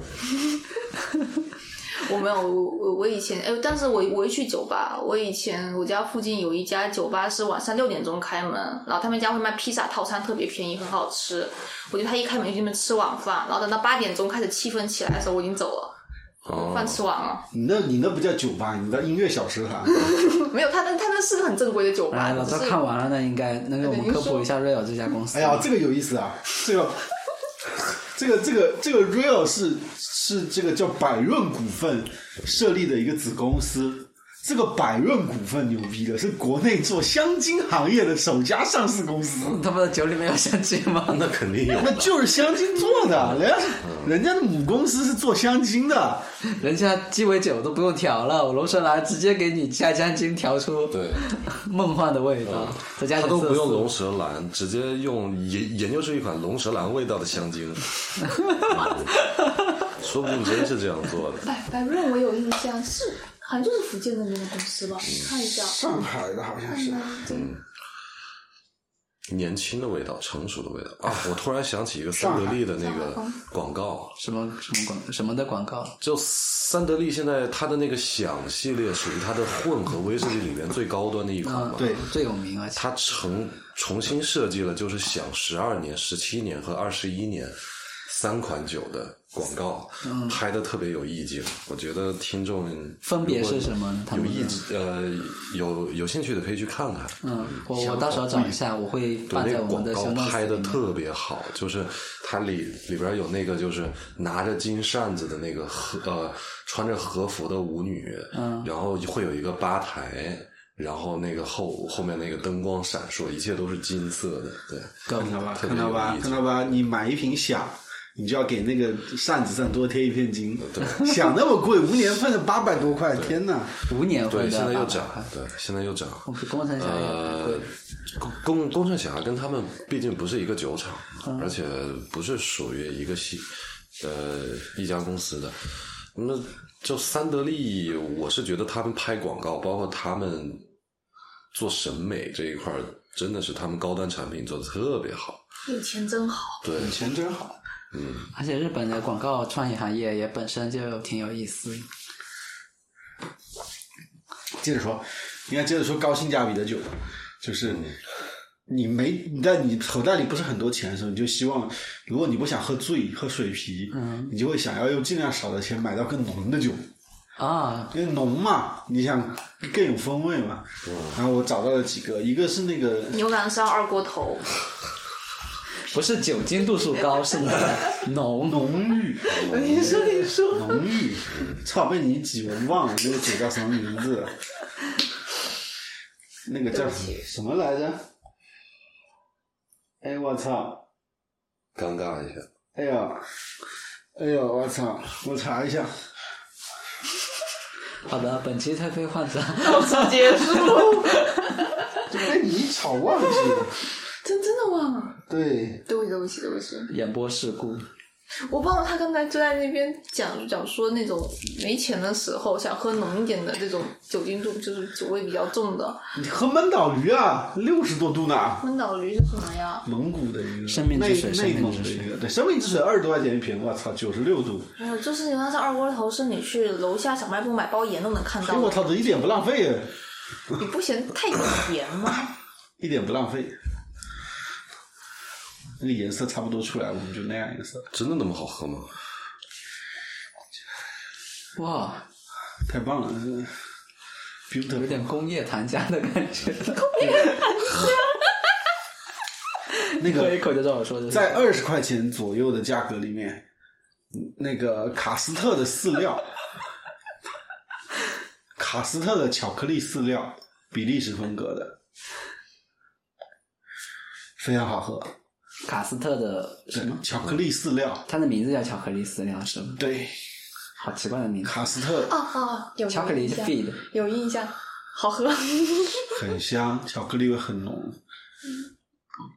[SPEAKER 4] 我没有，我我我以前哎，但是我我一去酒吧，我以前我家附近有一家酒吧是晚上六点钟开门，然后他们家会卖披萨套餐，特别便宜，很好吃。我觉得他一开门就在那边吃晚饭，然后等到八点钟开始气氛起来的时候，我已经走了，
[SPEAKER 2] 哦
[SPEAKER 4] 饭吃完了。 [laughs]
[SPEAKER 3] 你那你那不叫酒吧，你叫音乐小啊食堂。
[SPEAKER 4] 没有，他那他那是很正规的酒吧，
[SPEAKER 1] 哎，老
[SPEAKER 4] 只
[SPEAKER 1] 赵
[SPEAKER 4] 是
[SPEAKER 1] 看完了，那应该能给我们科普一下 Real 这家公司。
[SPEAKER 3] 哎呀，这个有意思啊，这个。这个这个这个 Real 是是这个叫百润股份设立的一个子公司，这个百润股份牛逼的是国内做香精行业的首家上市公司，
[SPEAKER 1] 他们的酒里面有香精吗？
[SPEAKER 2] [laughs]
[SPEAKER 1] [laughs]
[SPEAKER 2] 那肯定有
[SPEAKER 3] 那
[SPEAKER 2] 的。
[SPEAKER 3] 就是香精做的，人家人家的母公司是做香精的，
[SPEAKER 1] 人家鸡尾酒都不用调了，我龙舌兰直接给你加香精调出
[SPEAKER 2] 对，呃
[SPEAKER 1] 梦幻的味道，再加
[SPEAKER 2] 他
[SPEAKER 1] 点
[SPEAKER 2] 都
[SPEAKER 1] 色
[SPEAKER 2] 不用
[SPEAKER 1] 素
[SPEAKER 2] 龙舌 [laughs] 兰，直接用研研究出一款龙舌兰味道的香 [laughs] 精，说不定真是这样做的。
[SPEAKER 4] 百百润我有印象，是好像就是福建那边的公司吧？看一下，嗯
[SPEAKER 3] 上海的好像是
[SPEAKER 2] 年轻的味道，成熟的味道啊！我突然想起一个三得利的那个广告，
[SPEAKER 1] 什么什么广什么的广告，
[SPEAKER 2] 就三得利现在它的那个响系列属于它的混合威士忌里面最高端的一款嘛。
[SPEAKER 3] 对
[SPEAKER 1] 嗯最有名啊而且
[SPEAKER 2] 它重重新设计了，就是享十二年、十七年和二十一年三款酒的广告，拍的特别有意境。我觉得听众
[SPEAKER 1] 嗯分别是什么呢他
[SPEAKER 2] 有
[SPEAKER 1] 们
[SPEAKER 2] 意呃有有兴趣的可以去看看。
[SPEAKER 1] 嗯，我我到时候找一下，我会
[SPEAKER 2] 对，
[SPEAKER 1] 放
[SPEAKER 2] 那
[SPEAKER 1] 在
[SPEAKER 2] 个
[SPEAKER 1] 我们
[SPEAKER 2] 广
[SPEAKER 1] 的
[SPEAKER 2] 告
[SPEAKER 1] 小 notes
[SPEAKER 2] 拍的
[SPEAKER 1] 里面
[SPEAKER 2] 特别好，就是它里里边有那个就是拿着金扇子的那个和呃穿着和服的舞女，
[SPEAKER 1] 嗯
[SPEAKER 2] 然后会有一个吧台，然后那个后后面那个灯光闪烁，一切都是金色的，对，
[SPEAKER 1] 够
[SPEAKER 3] 看到吧，
[SPEAKER 2] 特别
[SPEAKER 3] 看到吧
[SPEAKER 2] 有，意思
[SPEAKER 3] 看到吧！你买一瓶响，你就要给那个扇子上多贴一片金。响那么贵，五年份的八百多块，天哪！
[SPEAKER 1] 五年会
[SPEAKER 2] 对，
[SPEAKER 1] 的，
[SPEAKER 2] 现在又涨
[SPEAKER 1] 爸爸，
[SPEAKER 2] 对，现在又涨。
[SPEAKER 1] 我们工程小
[SPEAKER 2] 呃，工工程侠跟他们毕竟不是一个酒厂，而且不是属于一个系呃一家公司的。那就三得利，我是觉得他们拍广告，包括他们做审美这一块儿，真的是他们高端产品做的特别好。
[SPEAKER 4] 有钱真好。
[SPEAKER 2] 对，
[SPEAKER 3] 以前真好，
[SPEAKER 1] 而且日本的广告创意行业也本身就挺有意思，
[SPEAKER 3] 接着说，应该接着说高性价比的酒，就是你没你在你口袋里不是很多钱的时候，你就希望，如果你不想喝醉喝水啤，
[SPEAKER 1] 嗯
[SPEAKER 3] 你就会想要用尽量少的钱买到更浓的酒。
[SPEAKER 1] 啊，
[SPEAKER 3] 因为浓嘛，你想更有风味嘛。然后我找到了几个，一个是那个
[SPEAKER 4] 牛栏山二锅头，
[SPEAKER 1] 不是酒精度数高，是
[SPEAKER 2] [laughs]
[SPEAKER 1] 浓浓
[SPEAKER 3] 浓郁，
[SPEAKER 4] 你说你说，
[SPEAKER 3] 浓郁，操，被你一挤，我忘了那个酒叫什么名字了，那个叫什么来着？哎，我操！
[SPEAKER 2] 尴尬一下，
[SPEAKER 3] 哎呀，哎呀，我操！我查一下，
[SPEAKER 1] 好的，本期特费患者，
[SPEAKER 4] 到此结束，
[SPEAKER 3] 就被你一吵忘记了。
[SPEAKER 4] 真真的忘了。
[SPEAKER 3] 对，
[SPEAKER 4] 对不起，对不起，对不起。
[SPEAKER 1] 演播事故，
[SPEAKER 4] 我忘了他刚才就在那边讲讲说那种没钱的时候想喝浓一点的这种酒精度就是酒味比较重的
[SPEAKER 3] 你喝闷倒驴啊，六十多度呢，
[SPEAKER 4] 闷倒驴是什么呀？
[SPEAKER 3] 蒙古的一个
[SPEAKER 1] 生命之水
[SPEAKER 3] 内内
[SPEAKER 1] 生命
[SPEAKER 3] 蒙
[SPEAKER 1] 之
[SPEAKER 3] 的
[SPEAKER 1] 水
[SPEAKER 3] 一个，对，生命之水二十多块钱一瓶，我操，九十六度，
[SPEAKER 4] 还有哎就是你那是二锅头，是你去楼下小卖部买包盐都能看
[SPEAKER 3] 哎
[SPEAKER 4] 到
[SPEAKER 3] 我
[SPEAKER 4] 的，
[SPEAKER 3] 操，这一点不浪费啊，
[SPEAKER 4] 你不嫌太盐吗？
[SPEAKER 3] 一点不浪费。那个颜色差不多出来，我们就那样颜色，
[SPEAKER 2] 真的那么好喝吗？
[SPEAKER 1] 哇，
[SPEAKER 3] 太棒了真的
[SPEAKER 1] 有
[SPEAKER 3] ，beautiful。
[SPEAKER 1] 点工业谈家的感觉，
[SPEAKER 3] 那
[SPEAKER 1] 喝 [laughs]
[SPEAKER 3] 个
[SPEAKER 1] 一口就知道我说的是
[SPEAKER 3] 在二十块钱左右的价格里面，那个卡斯特的饲料，卡斯特的巧克力饲料，比利时风格的，非常好喝。
[SPEAKER 1] 卡斯特的什
[SPEAKER 3] 对
[SPEAKER 1] 么？，
[SPEAKER 3] 巧克力饲料，
[SPEAKER 1] 它的名字叫巧克力饲料是吗？
[SPEAKER 3] 对，
[SPEAKER 1] 好奇怪的名字，
[SPEAKER 3] 卡斯特
[SPEAKER 4] 啊啊，有
[SPEAKER 1] 巧克力
[SPEAKER 4] 印
[SPEAKER 1] 是
[SPEAKER 4] 象
[SPEAKER 1] feed，
[SPEAKER 4] 有印象，好喝。 [laughs]
[SPEAKER 3] 很香，巧克力味很浓。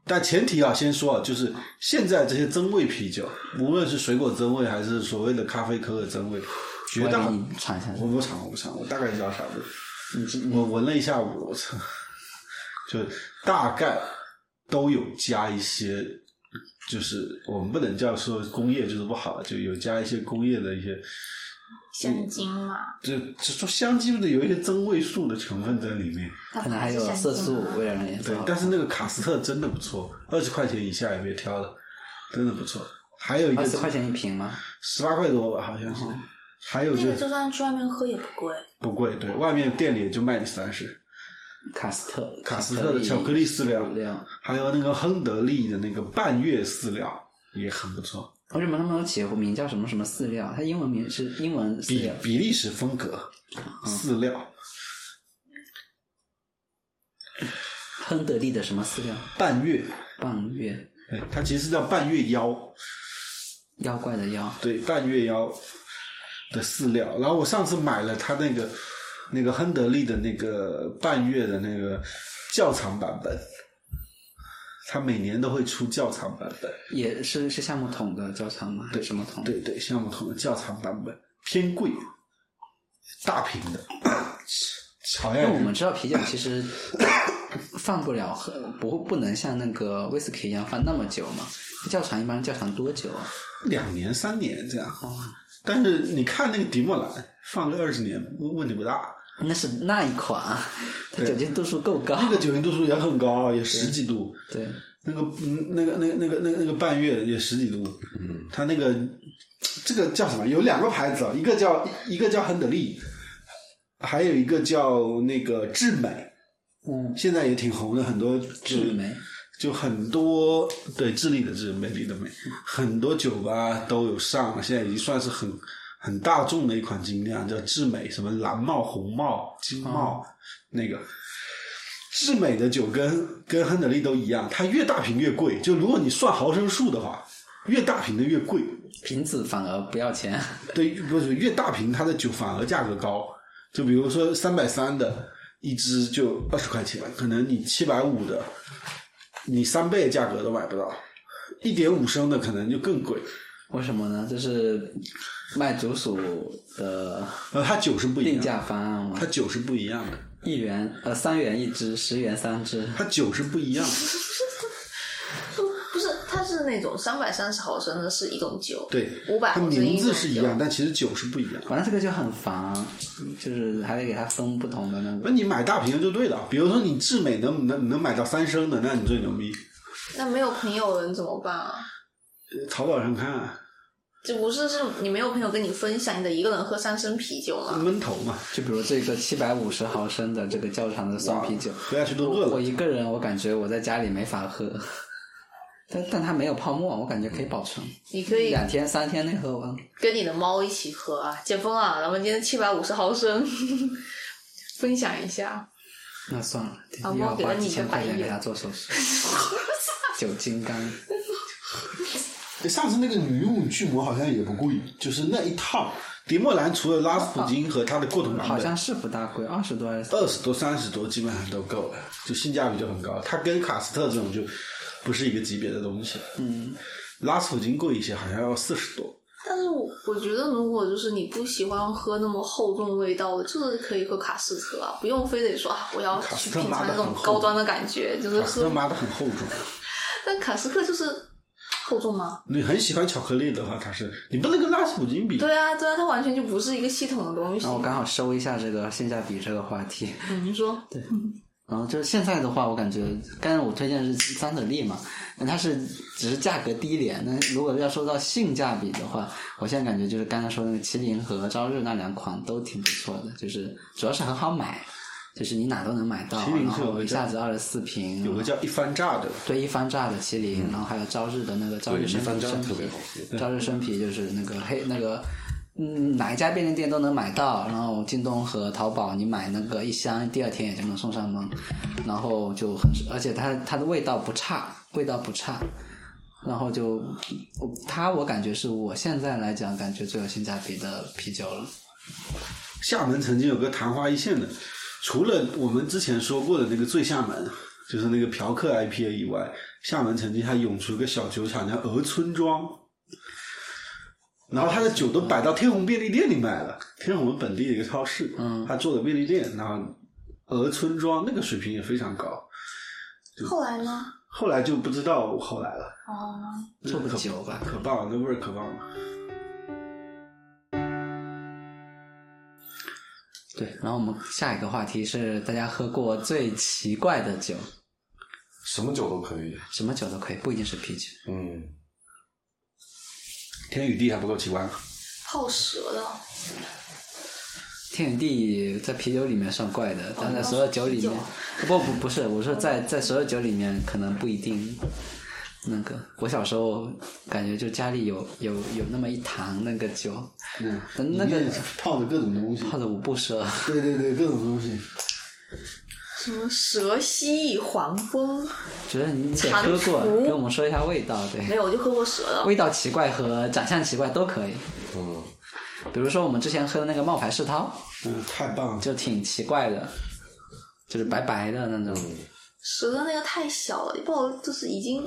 [SPEAKER 3] 但前提啊，先说啊，就是现在这些增味啤酒，无论是水果增味还是所谓的咖啡可可增味，绝大
[SPEAKER 1] 我给你尝一下
[SPEAKER 3] 我不尝，我不尝，我大概知道啥味。我闻了一下午，我操， [laughs] 就大概都有加一些，就是我们不能叫说工业就是不好，啊就有加一些工业的一些，
[SPEAKER 4] 香精嘛，
[SPEAKER 3] 就就说香精的有一些增味素的成分在里面。
[SPEAKER 4] 它
[SPEAKER 1] 可能还有
[SPEAKER 4] 是香
[SPEAKER 1] 色
[SPEAKER 4] 精
[SPEAKER 1] 素
[SPEAKER 4] 嘛
[SPEAKER 1] 为了让人
[SPEAKER 3] 对，但是那个卡斯特真的不错，二十块钱以下也别挑了，真的不错。还有一个
[SPEAKER 1] 二十块钱哦一瓶吗？
[SPEAKER 3] 十八块多吧，好像是。还有
[SPEAKER 4] 那
[SPEAKER 3] 就
[SPEAKER 4] 个就算去外面喝也不贵。
[SPEAKER 3] 不贵，对外面店里也就卖你三十。
[SPEAKER 1] 卡斯特，
[SPEAKER 3] 卡斯特的巧克力饲料
[SPEAKER 1] 饲料。
[SPEAKER 3] 还有那个亨德利的那个半月饲料也很不错，
[SPEAKER 1] 为什么他们都起个名叫什么什么饲料？它英文名是英文饲
[SPEAKER 3] 比
[SPEAKER 1] 料，嗯
[SPEAKER 3] 比利时风格饲料
[SPEAKER 1] 亨德利的什么饲料？
[SPEAKER 3] 半月，
[SPEAKER 1] 半月
[SPEAKER 3] 对，它其实叫半月妖，
[SPEAKER 1] 妖怪的妖，
[SPEAKER 3] 对，半月妖的饲料。然后我上次买了它那个那个亨德利的那个半月的那个窖藏版本，它每年都会出窖藏版本。
[SPEAKER 1] 也是是橡木桶的窖藏吗？还是什么桶？
[SPEAKER 3] 对对，橡木桶的窖藏版本偏贵，大瓶的，好像
[SPEAKER 1] 因为我们知道啤酒其实放不了喝，不不能像那个威士忌一样放那么久嘛。窖藏一般窖藏多久啊？
[SPEAKER 3] 两年三年这样。但是你看那个迪莫兰，放个二十年问题不大。
[SPEAKER 1] 那是那一款，啊它酒精度数够高。
[SPEAKER 3] 那个酒精度数也很高，也十几度。
[SPEAKER 1] [laughs] 对，
[SPEAKER 3] 那个嗯，那个那个那个那个那个半月也十几度，嗯，它那个这个叫什么？有两个牌子啊，一个叫一个叫亨德利，还有一个叫那个智美，
[SPEAKER 1] 嗯，
[SPEAKER 3] 现在也挺红的，很多
[SPEAKER 1] 智美，
[SPEAKER 3] 就很多对智利的智，美丽的美，很多酒吧都有上了，现在已经算是很很大众的一款精酿，叫智美，什么蓝帽、红帽、金帽、那个。智美的酒跟跟亨德利都一样，它越大瓶越贵。就如果你算毫升数的话，越大瓶的越贵。
[SPEAKER 1] 瓶子反而不要钱。 [laughs]
[SPEAKER 3] 对，不是越大瓶，它的酒反而价格高。就比如说三百三的一支就二十块钱，可能你七百五的，你三倍的价格都买不到。一点五升的可能就更贵，
[SPEAKER 1] 为什么呢？这是卖竹鼠的
[SPEAKER 3] 呃，它酒是不一
[SPEAKER 1] 定
[SPEAKER 3] 样
[SPEAKER 1] 价方案
[SPEAKER 3] 的，
[SPEAKER 1] 嘛
[SPEAKER 3] 它？酒是不一样的，
[SPEAKER 1] 一元呃三元一只，十元三只。
[SPEAKER 3] 它酒是不一样的。
[SPEAKER 4] 不是，它是那种三百三十毫升的是一种酒，
[SPEAKER 3] 对，
[SPEAKER 4] [laughs] 五百
[SPEAKER 3] 它
[SPEAKER 4] 毫升
[SPEAKER 3] 名
[SPEAKER 4] 一
[SPEAKER 3] 字
[SPEAKER 4] 种
[SPEAKER 3] 是一
[SPEAKER 4] 酒
[SPEAKER 3] 样，但其实酒是不一样。
[SPEAKER 1] 反正这个就很烦，就是还得给它分不同的那
[SPEAKER 3] 那
[SPEAKER 1] 个。
[SPEAKER 3] 你买大瓶的就对了，比如说你智美能能能买到三升的，那你最牛逼。
[SPEAKER 4] 那没有朋友人怎么办啊？
[SPEAKER 3] 呃淘宝上看啊
[SPEAKER 4] 这不是是你没有朋友跟你分享，你得一个人喝三升啤酒吗？
[SPEAKER 3] 闷头嘛，
[SPEAKER 1] 就比如这个七百五十毫升的这个窖藏的酸啤酒，
[SPEAKER 3] 喝下去都饿
[SPEAKER 1] 我
[SPEAKER 3] 了。
[SPEAKER 1] 一个人我感觉我在家里没法喝，但但它没有泡沫，我感觉可以保存，
[SPEAKER 4] 你可以
[SPEAKER 1] 两天三天内喝完。
[SPEAKER 4] 跟你的猫一起喝啊，解封啊，咱们今天七百五十毫升， [laughs] 分享一下。
[SPEAKER 1] 那算了，
[SPEAKER 4] 啊
[SPEAKER 1] 又要
[SPEAKER 4] 我给
[SPEAKER 1] 花
[SPEAKER 4] 了你
[SPEAKER 1] 几
[SPEAKER 4] 一个
[SPEAKER 1] 千块钱
[SPEAKER 4] 白眼
[SPEAKER 1] 给它做手术，
[SPEAKER 4] [laughs]
[SPEAKER 1] 酒精肝。
[SPEAKER 3] 诶上次那个女巫巨魔好像也不贵，就是那一套。迪莫兰除了拉斯普京和它的过桶版
[SPEAKER 1] 好
[SPEAKER 3] 本，
[SPEAKER 1] 像是不大贵，二十多还是
[SPEAKER 3] 二十多、三十多基本上都够了，就性价比就很高。它跟卡斯特这种就不是一个级别的东西。嗯，拉索金贵一些，好像要四十多。
[SPEAKER 4] 但是我我觉得，如果就是你不喜欢喝那么厚重味道的，就是可以喝卡斯特啊，不用非得说啊，我要
[SPEAKER 3] 卡
[SPEAKER 4] 去
[SPEAKER 3] 斯特
[SPEAKER 4] 品
[SPEAKER 3] 拉
[SPEAKER 4] 尝
[SPEAKER 3] 得
[SPEAKER 4] 那种
[SPEAKER 3] 很厚
[SPEAKER 4] 高端的感觉，就是
[SPEAKER 3] 卡斯特
[SPEAKER 4] 喝。
[SPEAKER 3] 拉的很厚重，
[SPEAKER 4] 但卡斯特就是厚重吗？
[SPEAKER 3] 你很喜欢巧克力的话，它是你不能跟拉索金比。
[SPEAKER 4] 对啊，对啊，它完全就不是一个系统的东西
[SPEAKER 1] 然。后我刚好收一下这个性价比这个话题。
[SPEAKER 4] 嗯，你说
[SPEAKER 1] 然后就现在的话，我感觉，刚才我推荐的是桑德利嘛，那它是只是价格低廉。那如果要说到性价比的话，我现在感觉就是刚才说那个麒麟和朝日那两款都挺不错的，就是主要是很好买，就是你哪都能买到，
[SPEAKER 3] 麒麟
[SPEAKER 1] 然
[SPEAKER 3] 是有
[SPEAKER 1] 后
[SPEAKER 3] 个
[SPEAKER 1] 一
[SPEAKER 3] 价
[SPEAKER 1] 下子二十四瓶，啊
[SPEAKER 3] 有个叫一翻炸的，
[SPEAKER 1] 对一番炸的麒麟，然后还有朝日的那个朝日
[SPEAKER 2] 嗯对
[SPEAKER 1] 生
[SPEAKER 2] 一番
[SPEAKER 1] 啤，
[SPEAKER 2] 炸
[SPEAKER 1] 生
[SPEAKER 2] 特
[SPEAKER 1] 啤
[SPEAKER 2] 别好喝
[SPEAKER 1] 朝日生啤就是那个黑那个。嗯，哪一家便利店都能买到，然后京东和淘宝你买那个一箱，第二天也就能送上门，然后就很，而且它它的味道不差，味道不差，然后就我它我感觉是我现在来讲感觉最有性价比的啤酒了。
[SPEAKER 3] 厦门曾经有个昙花一现的，除了我们之前说过的那个醉厦门，啊就是那个嫖客 IPA 以外，厦门曾经还涌出一个小酒厂叫鹅村庄，然后他的酒都摆到天虹便利店里卖了，天虹本地的一个超市，
[SPEAKER 1] 嗯
[SPEAKER 3] 他做的便利店，然后鹅村庄那个水平也非常高，
[SPEAKER 4] 后来呢？
[SPEAKER 3] 后来就不知道后来了，
[SPEAKER 4] 哦，
[SPEAKER 1] 做个酒吧
[SPEAKER 3] 可棒了，那味儿可棒了。
[SPEAKER 1] 对，然后我们下一个话题是大家喝过最奇怪的酒，
[SPEAKER 2] 什么酒都可以。
[SPEAKER 1] 什么酒都可以，不一定是啤酒。
[SPEAKER 2] 嗯，
[SPEAKER 3] 天与地还不够奇怪吗？
[SPEAKER 4] 泡蛇的，
[SPEAKER 1] 天与地在啤酒里面算怪的，但在所有酒里面
[SPEAKER 4] 哦，
[SPEAKER 1] 不不不是，我说在在所有酒里面可能不一定。那个，我小时候感觉就家里有有有那么一坛那个酒，
[SPEAKER 3] 嗯，
[SPEAKER 1] 那个
[SPEAKER 3] 里面泡着各种东西，
[SPEAKER 1] 泡的我不舍。
[SPEAKER 3] 对对对，各种东西。
[SPEAKER 4] 什么蛇蜥蜴黄蜂？
[SPEAKER 1] 觉得你得
[SPEAKER 4] 常
[SPEAKER 1] 喝过，
[SPEAKER 4] 熟
[SPEAKER 1] 给我们说一下味道，对，
[SPEAKER 4] 没有，我就喝过蛇的。
[SPEAKER 1] 味道奇怪和长相奇怪都可以。
[SPEAKER 2] 嗯，
[SPEAKER 1] 比如说我们之前喝的那个冒牌世涛，
[SPEAKER 3] 嗯，太棒了。
[SPEAKER 1] 就挺奇怪的，就是白白的那种。
[SPEAKER 4] 蛇的那个太小了，不好，就是已经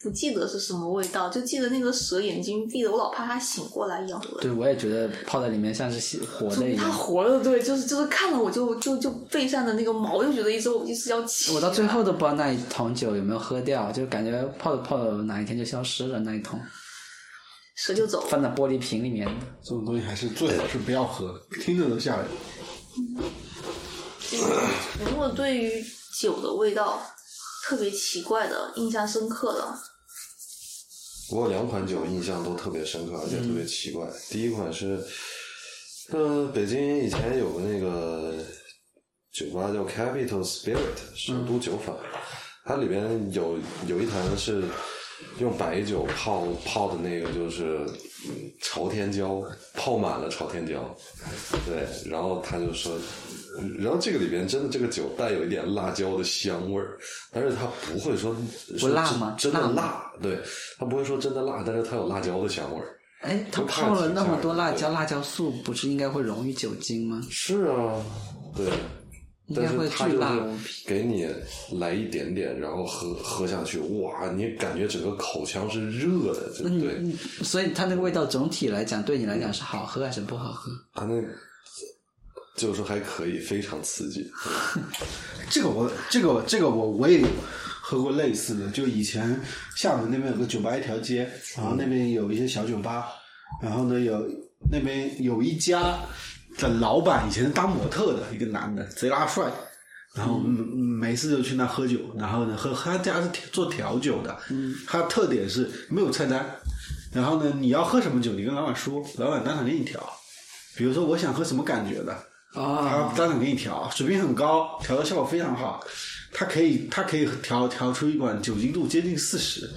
[SPEAKER 4] 不记得是什么味道，就记得那个蛇眼睛闭着，我老怕它醒过来咬我。
[SPEAKER 1] 对，我也觉得泡在里面像是吸活的一
[SPEAKER 4] 它
[SPEAKER 1] 样。
[SPEAKER 4] 活了，对，就是就是看了我就就就背上的那个毛，就觉得一直我一直要起。
[SPEAKER 1] 我到最后都不知道那一桶酒有没有喝掉，就感觉泡着泡着哪一天就消失了那一桶，
[SPEAKER 4] 蛇就走了。
[SPEAKER 1] 放在玻璃瓶里面。
[SPEAKER 3] 这种东西还是最好是不要喝，听着都吓人。
[SPEAKER 4] 如果嗯对于酒的味道特别奇怪的、印象深刻的，
[SPEAKER 2] 我有两款酒印象都特别深刻，而且
[SPEAKER 1] 嗯
[SPEAKER 2] 特别奇怪。第一款是，呃，北京以前有个那个酒吧叫 Capital Spirit
[SPEAKER 1] 嗯
[SPEAKER 2] 首都酒坊，它里边有有一坛是用白酒泡泡的那个就是嗯朝天椒，泡满了朝天椒，对，然后他就说。然后这个里边真的这个酒带有一点辣椒的香味儿，但是它不会说
[SPEAKER 1] 不辣吗
[SPEAKER 2] 真真
[SPEAKER 1] 辣
[SPEAKER 2] 的
[SPEAKER 1] 吗
[SPEAKER 2] 辣，对，它不会说真的辣，但是它有辣椒的香味儿。
[SPEAKER 1] 哎，它
[SPEAKER 2] 就看
[SPEAKER 1] 泡
[SPEAKER 2] 起
[SPEAKER 1] 了
[SPEAKER 2] 来
[SPEAKER 1] 那么多辣椒，
[SPEAKER 2] 对
[SPEAKER 1] 辣椒素不是应该会溶于酒精吗？
[SPEAKER 2] 是啊，对，
[SPEAKER 1] 应
[SPEAKER 2] 但
[SPEAKER 1] 该
[SPEAKER 2] 是
[SPEAKER 1] 会
[SPEAKER 2] 它
[SPEAKER 1] 巨
[SPEAKER 2] 就
[SPEAKER 1] 辣无比。
[SPEAKER 2] 是给你来一点点，然后喝喝下去，哇，你感觉整个口腔是热的，就
[SPEAKER 1] 嗯
[SPEAKER 2] 对，
[SPEAKER 1] 嗯，所以它那个味道总体来讲，对你来讲是好喝还是不好喝？
[SPEAKER 2] 它那就是说还可以，非常刺激。
[SPEAKER 3] 这个我，这个我，这个我我也有喝过类似的，就以前厦门那边有个酒吧一条街，然后那边有一些小酒吧，然后呢有那边有一家的老板以前是当模特的一个男的，贼拉帅。然后嗯没事就去那喝酒，然后呢喝他家是做调酒的，他特点是没有菜单，然后呢你要喝什么酒，你跟老板说，老板当场给你调。比如说我想喝什么感觉的，
[SPEAKER 1] 啊
[SPEAKER 3] 他当场给你调，水平很高，调的效果非常好。它可以，它可以调调出一款酒精度接近四十，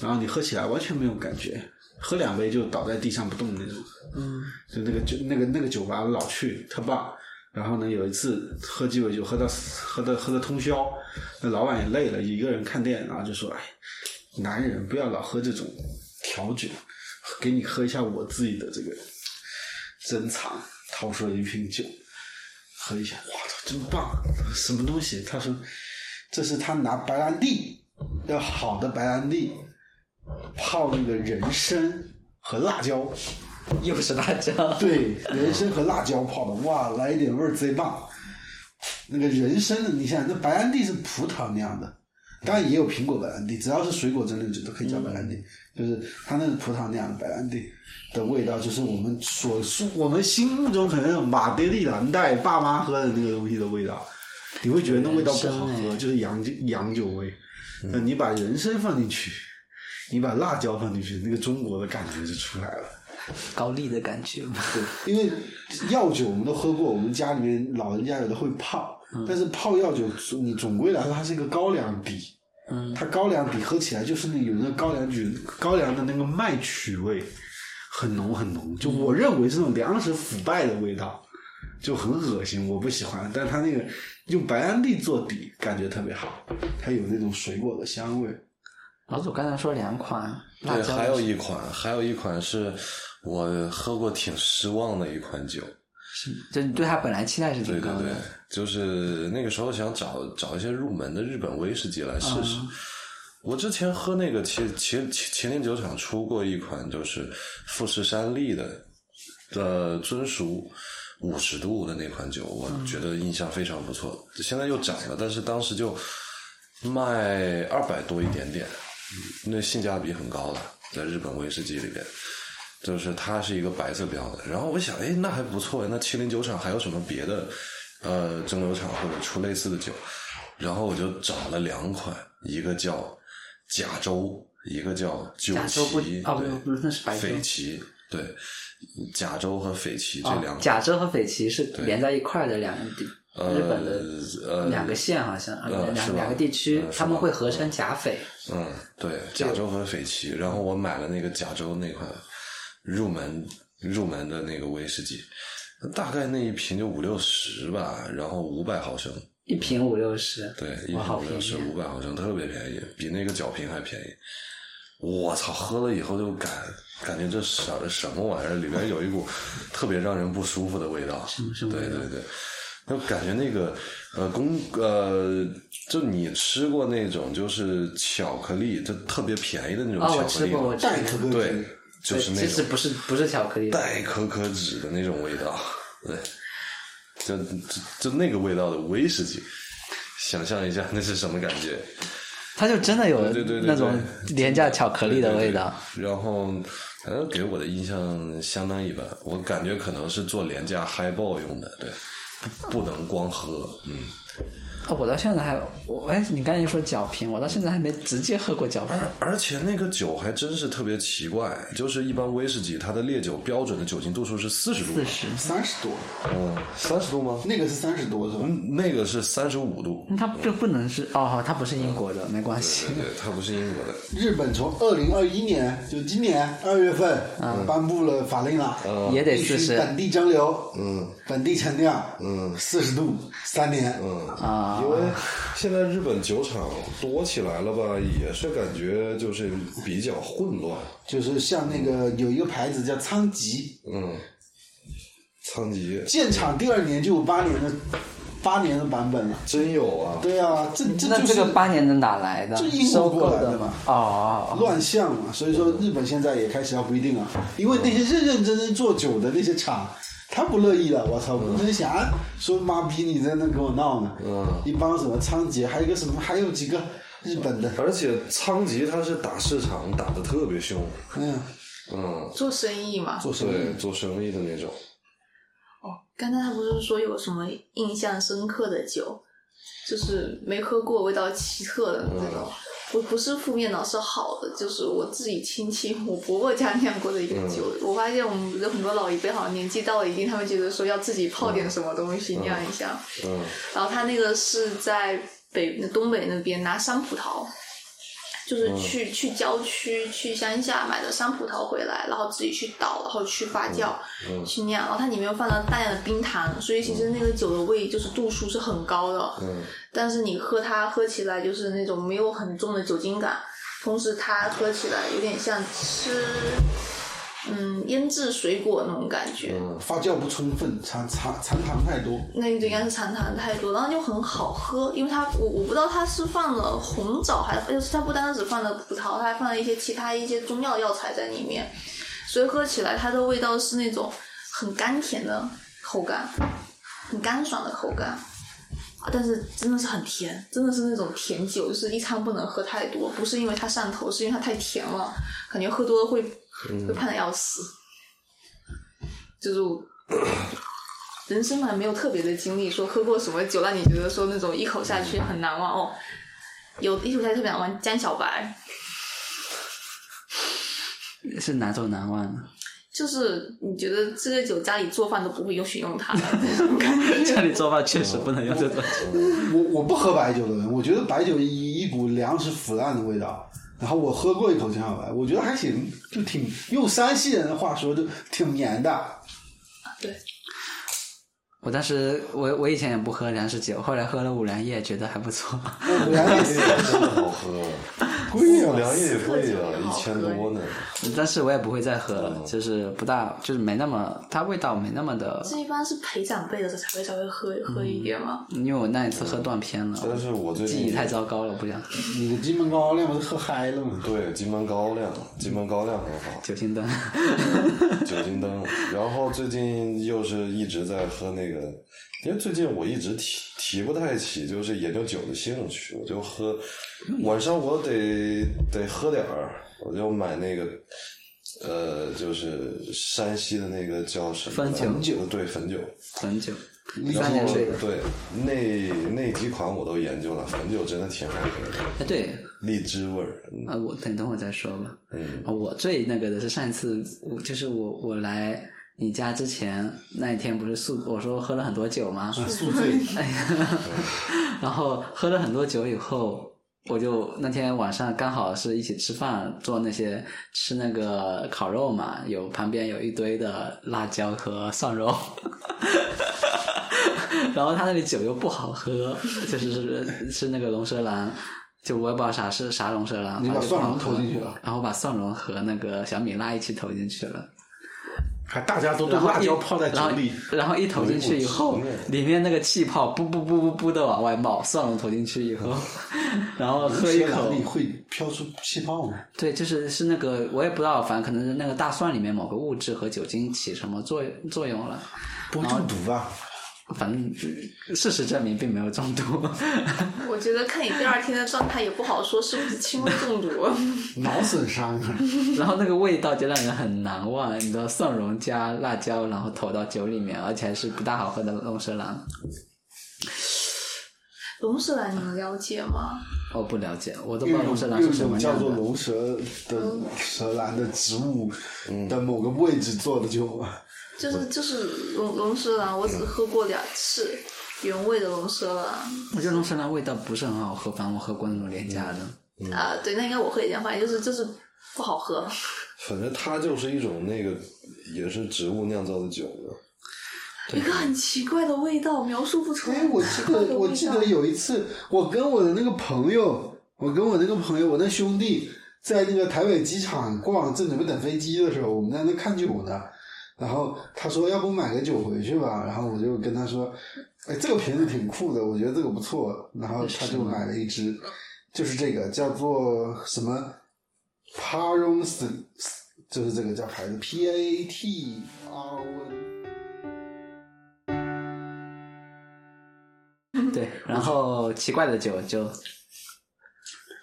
[SPEAKER 3] 然后你喝起来完全没有感觉，喝两杯就倒在地上不动那种。嗯，就那个酒，那个那个酒吧我老去，特棒。然后呢，有一次喝鸡尾酒，喝到喝到喝到通宵，那老板也累了，一个人看店，然后就说：“哎，男人不要老喝这种调酒，给你喝一下我自己的这个珍藏。”掏出了一瓶酒，喝一下，哇操，真棒！什么东西？他说，这是他拿白兰地，要好的白兰地，泡那个人参和辣椒，
[SPEAKER 1] 又是辣椒，
[SPEAKER 3] [laughs] 对，人参和辣椒泡的，哇，来一点味儿贼棒。那个人参的，你想，那白兰地是葡萄酿的，当然也有苹果白兰地，只要是水果蒸馏酒都可以叫白兰地，就是它那是葡萄酿的白兰地的味道，就是我们所我们心目中可能马德里蓝带爸妈喝的那个东西的味道，你会觉得那味道不好
[SPEAKER 1] 人参
[SPEAKER 3] 喝，
[SPEAKER 1] 哎
[SPEAKER 3] 就是洋酒洋酒味。那你把人参放进去，你把辣椒放进去，那个中国的感觉就出来了。
[SPEAKER 1] 高丽的感觉吧。
[SPEAKER 3] 对，因为药酒我们都喝过，我们家里面老人家有的会泡，但是泡药酒，你总归来说它是一个高粱底，
[SPEAKER 1] 嗯，
[SPEAKER 3] 它高粱底喝起来就是那有那个高粱酒高粱的那个麦曲味，很浓很浓，就我认为是那种粮食腐败的味道，就很恶心，我不喜欢。但它那个用白兰地做底，感觉特别好，它有那种水果的香味。
[SPEAKER 1] 老祖刚才说两款辣
[SPEAKER 2] 对，
[SPEAKER 1] 椒，
[SPEAKER 2] 还有一款，还有一款是我喝过挺失望的一款酒。
[SPEAKER 1] 就你对它本来期待是
[SPEAKER 2] 对
[SPEAKER 1] 挺嗯
[SPEAKER 2] 对
[SPEAKER 1] 高的，
[SPEAKER 2] 对，就是那个时候想找找一些入门的日本威士忌来试试。我之前喝那个前前前前年酒厂出过一款，就是富士山丽的的尊熟五十度的那款酒，我觉得印象非常不错。现在又涨了，但是当时就卖二百多一点点，那性价比很高的，在日本威士忌里边。就是它是一个白色标的。然后我想，哎，那还不错，那麒麟酒厂还有什么别的呃蒸馏厂或者出类似的酒？然后我就找了两款，一个叫甲州，一个叫酒
[SPEAKER 1] 甲州不
[SPEAKER 2] 旗，
[SPEAKER 1] 哦
[SPEAKER 2] 对，
[SPEAKER 1] 不是那是白州
[SPEAKER 2] 斐奇，对，甲州和斐奇这
[SPEAKER 1] 哦
[SPEAKER 2] 两款。
[SPEAKER 1] 甲州和斐奇是连在一块儿的两个地，
[SPEAKER 2] 呃
[SPEAKER 1] 日本的
[SPEAKER 2] 呃
[SPEAKER 1] 两个县好像，啊
[SPEAKER 2] 呃是
[SPEAKER 1] 两
[SPEAKER 2] 吧
[SPEAKER 1] 两个地区
[SPEAKER 2] 呃，是
[SPEAKER 1] 他们
[SPEAKER 2] 吧
[SPEAKER 1] 会合称甲斐。
[SPEAKER 2] 嗯，对，甲州和斐奇，然后我买了那个甲州那款入门入门的那个威士忌，大概那一瓶就五六十吧，然后五百毫升，
[SPEAKER 1] 一瓶五六十，
[SPEAKER 2] 对，一
[SPEAKER 1] 哇好
[SPEAKER 2] 瓶五六十，
[SPEAKER 1] 便宜啊
[SPEAKER 2] 五百毫升，特别便宜，比那个酒瓶还便宜。我操，喝了以后就感感觉这什什么玩意儿，里边有一股特别让人不舒服的味道，
[SPEAKER 1] 么什么
[SPEAKER 2] 对
[SPEAKER 1] 味道
[SPEAKER 2] 对对，就感觉那个呃公呃，就你吃过那种就是巧克力，就特别便宜的那种
[SPEAKER 1] 哦
[SPEAKER 2] 巧
[SPEAKER 1] 我
[SPEAKER 2] 克
[SPEAKER 1] 吃
[SPEAKER 2] 力
[SPEAKER 1] 过
[SPEAKER 2] 吗，
[SPEAKER 1] 我吃过
[SPEAKER 3] 可可
[SPEAKER 2] 对，就是那
[SPEAKER 1] 其实
[SPEAKER 2] 种
[SPEAKER 1] 不是不是巧克力，
[SPEAKER 2] 带可可脂的那种味道， [laughs] 对，就就就那个味道的威士忌，想象一下那是什么感觉？
[SPEAKER 1] 它就真的有
[SPEAKER 2] 对对对对
[SPEAKER 1] 那种廉价巧克力的味道。
[SPEAKER 2] 对。对对然后，反正给我的印象相当一般，我感觉可能是做廉价 highball 用的，对，不能光喝，嗯，
[SPEAKER 1] 哦，我到现在还我哎，你刚才一说角瓶，我到现在还没直接喝过角瓶。
[SPEAKER 2] 而而且那个酒还真是特别奇怪，就是一般威士忌它的烈酒标准的酒精度数是四十度，
[SPEAKER 1] 四十，
[SPEAKER 3] 三十多，
[SPEAKER 2] 嗯，三十度吗？
[SPEAKER 3] 那个是三十多是吧？
[SPEAKER 2] 嗯，那个是三十五度，
[SPEAKER 1] 嗯那它这不能是哦，它不是英国的，没关系
[SPEAKER 2] 对。对，它不是英国的，
[SPEAKER 3] 日本从二零二一年，就今年二月份、颁布了法令了，
[SPEAKER 1] 啊嗯也得
[SPEAKER 3] 必须
[SPEAKER 1] 40
[SPEAKER 3] 本地蒸馏，嗯，本地陈酿，嗯，四十度三年，嗯，
[SPEAKER 1] 啊
[SPEAKER 2] 因为现在日本酒厂多起来了吧，也是感觉就是比较混乱，
[SPEAKER 3] 就是像那个有一个牌子叫仓吉，
[SPEAKER 2] 嗯，仓颉
[SPEAKER 3] 建厂第二年就有八年的八年的版本了，
[SPEAKER 2] 真有啊，
[SPEAKER 3] 对啊，这这
[SPEAKER 1] 那
[SPEAKER 3] 就
[SPEAKER 1] 这
[SPEAKER 3] 是
[SPEAKER 1] 个八年的哪来的
[SPEAKER 3] 这？英
[SPEAKER 1] 收
[SPEAKER 3] 国过
[SPEAKER 1] 购
[SPEAKER 3] 来的
[SPEAKER 1] 吗
[SPEAKER 3] 嘛？
[SPEAKER 1] 哦哦，哦
[SPEAKER 3] 乱象嘛，所以说日本现在也开始要规定了，啊因为那些认认真真做酒的那些厂，他不乐意了，我操，不能想啊说妈逼你在那跟我闹呢，
[SPEAKER 2] 嗯
[SPEAKER 3] 一帮什么仓颉，还有一个什么，还有几个日本的，
[SPEAKER 2] 而且仓颉他是打市场打的特别凶，
[SPEAKER 3] 嗯，
[SPEAKER 2] 嗯，
[SPEAKER 4] 做生意嘛。
[SPEAKER 3] 做生意
[SPEAKER 2] 对，做生意的那种，
[SPEAKER 4] 哦，刚才他不是说有什么印象深刻的酒，就是没喝过味道奇特的那种。不不是负面的，是好的，就是我自己亲戚我伯伯家酿过的一个酒。我发现我们有很多老一辈好像年纪到了一定，他们觉得说要自己泡点什么东西酿一下。
[SPEAKER 2] 嗯，
[SPEAKER 4] 然后他那个是在北东北那边拿山葡萄，就是去、去郊区、去乡下买的山葡萄回来，然后自己去倒，然后去发酵、去酿，然后它里面又放了大量的冰糖，所以其实那个酒的味就是度数是很高的。
[SPEAKER 2] 嗯
[SPEAKER 4] 但是你喝它喝起来就是那种没有很重的酒精感，同时它喝起来有点像吃嗯腌制水果那种感觉。
[SPEAKER 3] 发酵不充分，残残残糖太多，
[SPEAKER 4] 那个就应该是残糖太多，然后就很好喝，因为它我我不知道它是放了红枣，还就是它不单单只放了葡萄，它还放了一些其他一些中药药材在里面，所以喝起来它的味道是那种很甘甜的口感，很干爽的口感，啊但是真的是很甜，真的是那种甜酒，就是一餐不能喝太多，不是因为它上头，是因为它太甜了，感觉喝多了会会胖的要死，就是我。人生嘛，没有特别的经历，说喝过什么酒让你觉得说那种一口下去很难忘哦。有一口下去特别难忘，江小白
[SPEAKER 1] 是哪种难忘
[SPEAKER 2] [laughs]
[SPEAKER 1] 呢？
[SPEAKER 4] 就是你觉得这个酒家里做饭都不会有选用它的那种感觉。 [laughs]
[SPEAKER 1] 家里做饭确实不能用这种。
[SPEAKER 3] 我我不喝白酒的人，我觉得白酒一一股粮食腐烂的味道。然后我喝过一口江小白，我觉得还行，就挺用山西人的话说，就挺绵的。
[SPEAKER 4] 对，
[SPEAKER 1] 我当时我我以前也不喝粮食酒，后来喝了五粮液，觉得还不错。 [laughs]
[SPEAKER 3] 五粮液
[SPEAKER 2] 真的好喝，
[SPEAKER 3] 贵啊
[SPEAKER 2] 五粮液也贵啊，
[SPEAKER 4] 四个酒也好
[SPEAKER 2] 一
[SPEAKER 4] 喝
[SPEAKER 2] 千多呢。
[SPEAKER 1] 但是我也不会再喝
[SPEAKER 2] 哦
[SPEAKER 1] 了，就是不大，就是没那么，它味道没那么的。
[SPEAKER 4] 这一般是陪长辈的时候才会稍微喝喝一点嘛。
[SPEAKER 1] 因为我那一次喝断片
[SPEAKER 2] 但
[SPEAKER 1] 了，
[SPEAKER 2] 是我最近
[SPEAKER 1] 记忆太糟糕了，不想喝
[SPEAKER 3] 你的金门高粱不是喝嗨了吗？
[SPEAKER 2] 对金门高粱，金门高粱很好，
[SPEAKER 1] 酒精灯。 [laughs]
[SPEAKER 2] 酒精灯。然后最近又是一直在喝那个，因为最近我一直提提不太起，就是研究酒的兴趣，我就喝，晚上我得得喝点儿，我就买那个。呃，就是山西的那个叫什么？
[SPEAKER 1] 汾酒
[SPEAKER 2] 酒，对，汾酒。
[SPEAKER 1] 汾酒，
[SPEAKER 2] 然
[SPEAKER 1] 三
[SPEAKER 2] 后
[SPEAKER 1] 年水。
[SPEAKER 2] 对那那几款我都研究了，汾酒真的挺好喝的，
[SPEAKER 1] 哎，对，
[SPEAKER 2] 荔枝味儿。
[SPEAKER 1] 啊，我等等会儿再说吧。
[SPEAKER 2] 嗯，
[SPEAKER 1] 啊我最那个的是上一次，我就是我我来你家之前那一天，不是宿我说喝了很多酒吗？
[SPEAKER 3] 宿醉，
[SPEAKER 1] 然后喝了很多酒以后，我就那天晚上刚好是一起吃饭，做那些吃那个烤肉嘛，有旁边有一堆的辣椒和蒜肉， [laughs] 然后他那里酒又不好喝，就是是是那个龙舌兰。就我也不知道啥是啥龙舌兰，
[SPEAKER 3] 你把
[SPEAKER 1] 反正就不好
[SPEAKER 3] 蒜蓉投
[SPEAKER 1] 喝
[SPEAKER 3] 进去了，
[SPEAKER 1] 然后把蒜蓉和那个小米辣一起投进去了，
[SPEAKER 3] 还大家都
[SPEAKER 1] 然
[SPEAKER 3] 把
[SPEAKER 1] 后
[SPEAKER 3] 辣椒
[SPEAKER 1] 一
[SPEAKER 3] 泡在酒里，
[SPEAKER 1] 然后，然后一投进去以后
[SPEAKER 2] 有一股，
[SPEAKER 1] 里面那个气泡不不不不不的往外冒，蒜蓉投进去
[SPEAKER 3] [laughs]
[SPEAKER 1] 以后，然后喝一口
[SPEAKER 3] 你，会飘出气泡吗？
[SPEAKER 1] 对，就是是那个我也不知道，反正可能是那个大蒜里面某个物质和酒精起什么作用作用了，
[SPEAKER 3] 不会中毒
[SPEAKER 1] [laughs]
[SPEAKER 3] 吧？
[SPEAKER 1] 反正事实证明并没有中毒。 [laughs]
[SPEAKER 4] 我觉得看你第二天的状态也不好说是不是轻微中毒。 [laughs]
[SPEAKER 3] 脑损伤啊！
[SPEAKER 1] 然后那个味道就让人很难忘，你知道蒜蓉加辣椒，然后投到酒里面，而且还是不大好喝的龙舌兰。
[SPEAKER 4] 龙舌兰你们了解吗？
[SPEAKER 1] 我不了解，我都不
[SPEAKER 3] 有
[SPEAKER 1] 知道龙舌兰是
[SPEAKER 3] 一种有一
[SPEAKER 1] 什
[SPEAKER 3] 种
[SPEAKER 1] 么
[SPEAKER 3] 叫
[SPEAKER 1] 样
[SPEAKER 3] 做
[SPEAKER 1] 的。
[SPEAKER 3] 龙舌的舌兰的植物
[SPEAKER 1] 嗯
[SPEAKER 3] 的某个位置做的酒啊，
[SPEAKER 4] 就是就是龙龙舌兰，我只喝过两次原味的龙舌兰。
[SPEAKER 1] 我觉得龙舌兰味道不是很好喝，反正我喝过那种廉价的。
[SPEAKER 4] 啊，对，那应该我喝一点，反正就是就是不好喝。
[SPEAKER 2] 反正它就是一种那个也是植物酿造的酒嘛。
[SPEAKER 4] 一个很奇怪的味道，描述不出来。
[SPEAKER 3] 哎，我记
[SPEAKER 4] [laughs]
[SPEAKER 3] 得我记得有一次，我跟我的那个朋友，我跟我那个朋友，我那兄弟在那个台北机场逛，正准备等飞机的时候，我们在那看酒呢。然后他说：“要不买个酒回去吧？”然后我就跟他说：“哎，这个瓶子挺酷的，我觉得这个不错。”然后他就买了一支，就是这个叫做什么 p a r o n s 就是这个叫牌子 P A T R O N。
[SPEAKER 1] 对，然后奇怪的酒就，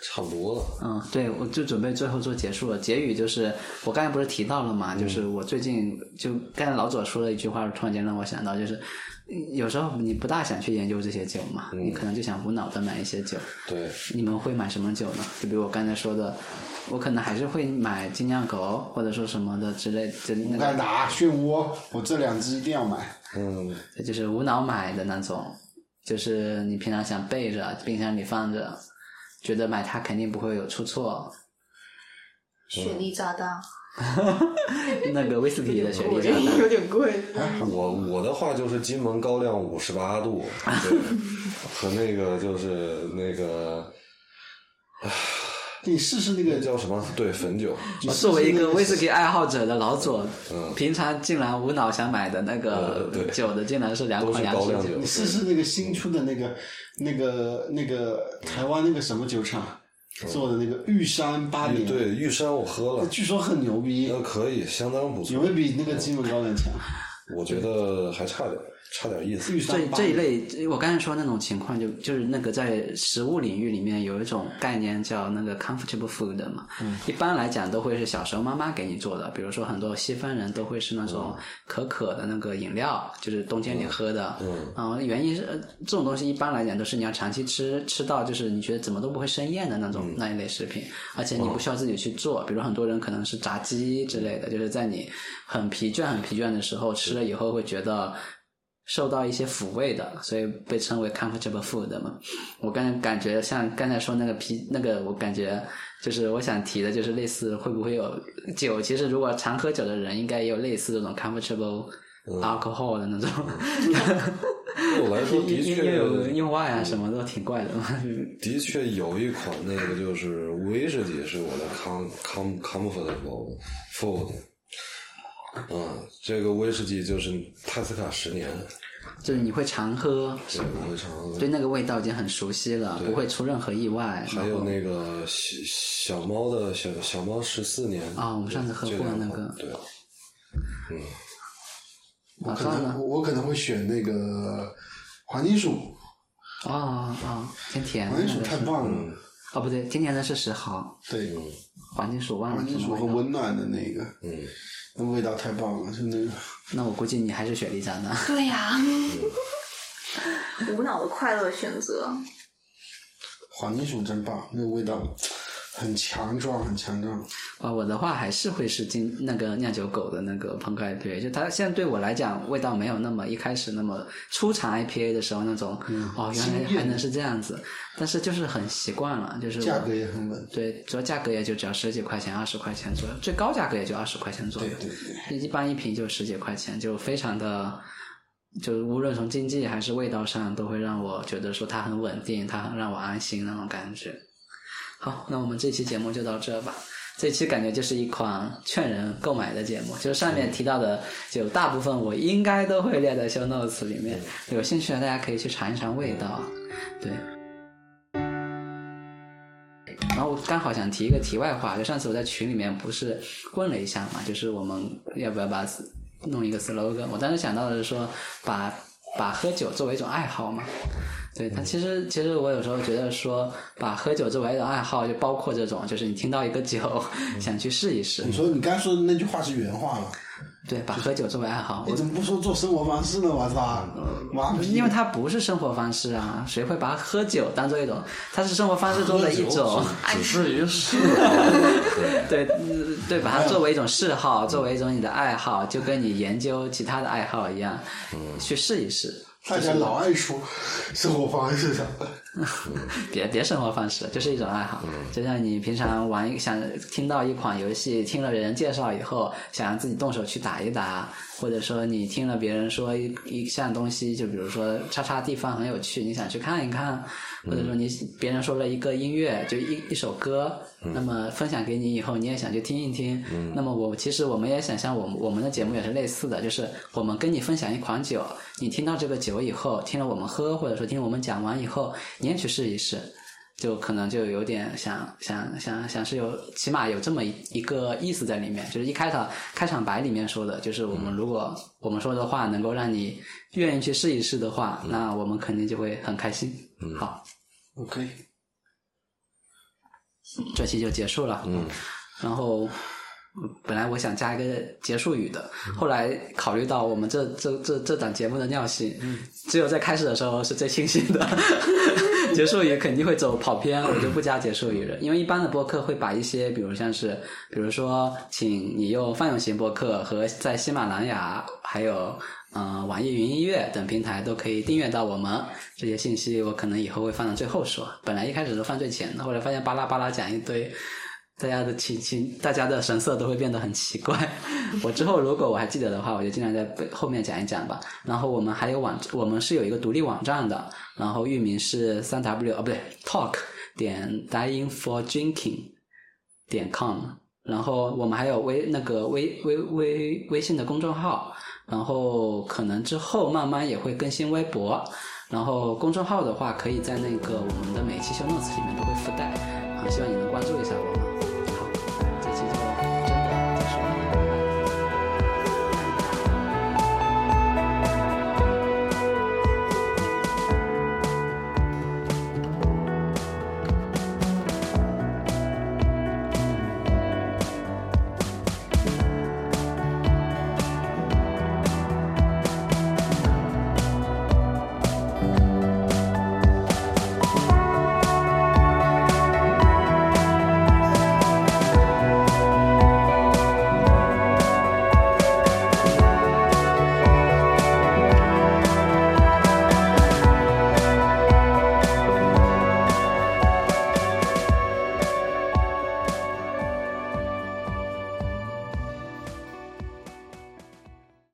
[SPEAKER 2] 差不多了，
[SPEAKER 1] 嗯，对，我就准备最后做结束了。结语就是，我刚才不是提到了嘛，就是我最近就刚才老左说了一句话，突然间让我想到，就是嗯有时候你不大想去研究这些酒嘛，你可能就想无脑的买一些酒。
[SPEAKER 2] 对，
[SPEAKER 1] 你们会买什么酒呢？就比如我刚才说的，我可能还是会买精酿狗或者说什么的之类的，就那
[SPEAKER 3] 乌
[SPEAKER 1] 个
[SPEAKER 3] 干达、漩涡，我这两只一定要买。
[SPEAKER 2] 嗯，
[SPEAKER 1] 对就是无脑买的那种，就是你平常想备着，冰箱里放着，觉得买它肯定不会有出错。
[SPEAKER 4] 雪莉炸弹，
[SPEAKER 1] 那个威士忌的雪
[SPEAKER 2] [laughs]
[SPEAKER 4] 我
[SPEAKER 1] 莉
[SPEAKER 4] 觉
[SPEAKER 1] 炸
[SPEAKER 4] 得
[SPEAKER 2] 嗯
[SPEAKER 1] 弹，
[SPEAKER 4] 有点贵。
[SPEAKER 2] 我我的话就是金门高粱五十八度，对和那个就是那个。唉
[SPEAKER 3] 你试试那个
[SPEAKER 2] 那叫什么？对，汾酒。
[SPEAKER 1] 我作为一个威士忌爱好者的老左，平常竟然无脑想买的那个
[SPEAKER 2] 嗯对对
[SPEAKER 1] 酒的，竟然是两
[SPEAKER 2] 都
[SPEAKER 1] 款
[SPEAKER 2] 是
[SPEAKER 1] 洋
[SPEAKER 2] 高
[SPEAKER 1] 啤
[SPEAKER 2] 粱
[SPEAKER 1] 酒
[SPEAKER 2] 酒
[SPEAKER 3] 你。试试那个新出的那个、那个、那个台湾那个什么酒厂做的那个玉山八
[SPEAKER 6] 哎
[SPEAKER 3] 年，，
[SPEAKER 2] 对，玉山我喝了，
[SPEAKER 3] 据说很牛逼，
[SPEAKER 6] 呃
[SPEAKER 2] 那可以，相当不错。
[SPEAKER 3] 有没有比那个金门高粱强？
[SPEAKER 2] 我觉得还差点，差点意思
[SPEAKER 3] 玉。山
[SPEAKER 1] 这
[SPEAKER 3] 八
[SPEAKER 1] 这一
[SPEAKER 3] 年
[SPEAKER 1] 类，我刚才说那种情况就，就是那个在食物领域里面有一种概念叫那个 comfortable food 嘛。一般来讲都会是小时候妈妈给你做的，比如说很多西方人都会是那种可可的那个饮料，就是冬天你喝的。嗯。原因是、呃这种东西一般来讲都是你要长期吃，吃到就是你觉得怎么都不会生厌的那种、那一类食品，而且你不需要自己去做。比如很多人可能是炸鸡之类的，就是在你很疲倦、很疲倦的时候吃了以后会觉得。受到一些抚慰的，所以被称为 comfortable food 嘛。我刚才感觉像刚才说那个啤那个，我感觉就是我想提的，就是类似会不会有酒？其实如果常喝酒的人，应该也有类似这种 comfortable alcohol 的那种。 [laughs]
[SPEAKER 2] 对我来说，的
[SPEAKER 1] 因为有
[SPEAKER 2] 确，嗯
[SPEAKER 1] 用外啊，什么都挺怪的嘛。 [laughs]
[SPEAKER 2] 的确有一款那个就是威士忌是我的 com com comfortable food。啊，这个威士忌就是泰斯卡十年，
[SPEAKER 1] 就是你会常喝，
[SPEAKER 2] 对，我会常喝
[SPEAKER 1] 对那个味道已经很熟悉了，不会出任何意外。
[SPEAKER 2] 还有
[SPEAKER 1] 然后
[SPEAKER 2] 那个小小猫的小小猫十四年
[SPEAKER 1] 啊我们上次喝过
[SPEAKER 2] 这两款
[SPEAKER 1] 那个
[SPEAKER 2] 对，
[SPEAKER 1] 马
[SPEAKER 6] 可
[SPEAKER 1] 上
[SPEAKER 6] 能
[SPEAKER 1] 呢？
[SPEAKER 6] 我我可能会选那个黄金鼠，
[SPEAKER 1] 啊啊，甜甜的
[SPEAKER 6] 黄金
[SPEAKER 1] 那
[SPEAKER 6] 鼠
[SPEAKER 1] 个
[SPEAKER 6] 太
[SPEAKER 1] 是
[SPEAKER 6] 棒了，
[SPEAKER 3] 嗯
[SPEAKER 1] 哦，不对，甜甜的是十毫，
[SPEAKER 6] 对，
[SPEAKER 1] 黄金鼠忘了
[SPEAKER 6] 黄金
[SPEAKER 1] 什
[SPEAKER 6] 鼠
[SPEAKER 1] 么味
[SPEAKER 6] 很
[SPEAKER 1] 道。
[SPEAKER 6] 温暖的那个，嗯，那味道太棒了，就那个。
[SPEAKER 1] 那我估计你还是雪梨渣 [laughs] 男。
[SPEAKER 4] 对呀、
[SPEAKER 3] 嗯
[SPEAKER 4] 无脑的快乐选择，
[SPEAKER 6] 黄金鼠真棒，那个味道很强壮，很强壮。
[SPEAKER 1] 啊，我的话还是会是金那个酿酒狗的那个朋克 IPA，就它现在对我来讲味道没有那么一开始那么初尝 IPA 的时候那种，哦，原来还能是这样子，但是就是很习惯了，就是我
[SPEAKER 6] 价格也很稳。
[SPEAKER 1] 对，主要价格也就只要十几块钱、二十块钱左右，最高价格也就二十块钱左右，
[SPEAKER 6] 对对
[SPEAKER 1] 一般一瓶就十几块钱，就非常的。就是无论从经济还是味道上，都会让我觉得说它很稳定，它很让我安心那种感觉。好，那我们这期节目就到这吧。这期感觉就是一款劝人购买的节目，就是上面提到的，就大部分我应该都会列在 show notes 里面，有兴趣的大家可以去尝一尝味道。啊对。然后我刚好想提一个题外话，就上次我在群里面不是问了一下嘛，就是我们要不要把弄一个 slogan？我当时想到的是说把把喝酒作为一种爱好嘛，对，但其实其实我有时候觉得说，把喝酒作为一种爱好，就包括这种，就是你听到一个酒， [laughs] 想去试一试
[SPEAKER 6] 你。说你刚说的那句话是原话了，
[SPEAKER 1] 对，把喝酒作为爱好
[SPEAKER 6] 你，怎么不说做生活方式呢？我操，妈
[SPEAKER 2] 哎
[SPEAKER 6] 逼！
[SPEAKER 1] 因为它不是生活方式啊，谁会把喝酒当做一种？它是生活方式中
[SPEAKER 2] 喝
[SPEAKER 1] 的一
[SPEAKER 2] 酒
[SPEAKER 1] 种，
[SPEAKER 2] 只只是一嗜
[SPEAKER 1] [laughs]
[SPEAKER 2] 好。对
[SPEAKER 1] 对嗯对，把它作为一种嗜好，作为一种你的爱好，就跟你研究其他的爱好一样，去试一试。
[SPEAKER 6] 大家老爱说生活方式上，
[SPEAKER 1] 别别生活方式，就是一种爱好。就像你平常玩一想听到一款游戏，听了人介绍以后，想让自己动手去打一打，或者说你听了别人说一一项东西，就比如说叉叉地方很有趣，你想去看一看，或者说你别人说了一个音乐，就一一首歌，那么分享给你以后，你也想去听一听。那么我其实我们也想像我们我们的节目也是类似的，就是我们跟你分享一款酒，你听到这个酒以后，听了我们喝，或者说听我们讲完以后，你也去试一试，就可能就有点想想想想是有，起码有这么一一个意思在里面，就是一开场开场白里面说的，就是我们如果我们说的话能够让你愿意去试一试的话，那我们肯定就会很开心。好，
[SPEAKER 6] OK，
[SPEAKER 1] 这期就结束了。嗯，然后嗯本来我想加一个结束语的，后来考虑到我们这这这这档节目的尿性，只有在开始的时候是最清新的， [laughs] 结束语肯定会走跑偏，我就不加结束语了。因为一般的播客会把一些，比如像是，比如说，请你用泛用型播客和在喜马拉雅还有。嗯，网易云音乐等平台都可以订阅到我们这些信息，我可能以后会放到最后说。本来一开始都放最前的，后来发现巴拉巴拉讲一堆，大家的情情，大家的神色都会变得很奇怪。我之后如果我还记得的话，我就尽量在背后面讲一讲吧。然后我们还有网，我们是有一个独立网站的，然后域名是三 w 哦不对，talk 点 dying for drinking 点 com，然后我们还有微那个微微微微信的公众号，然后可能之后慢慢也会更新微博，然后公众号的话可以在那个我们的每一期 show notes 里面都会附带，啊，希望你能关注一下我们。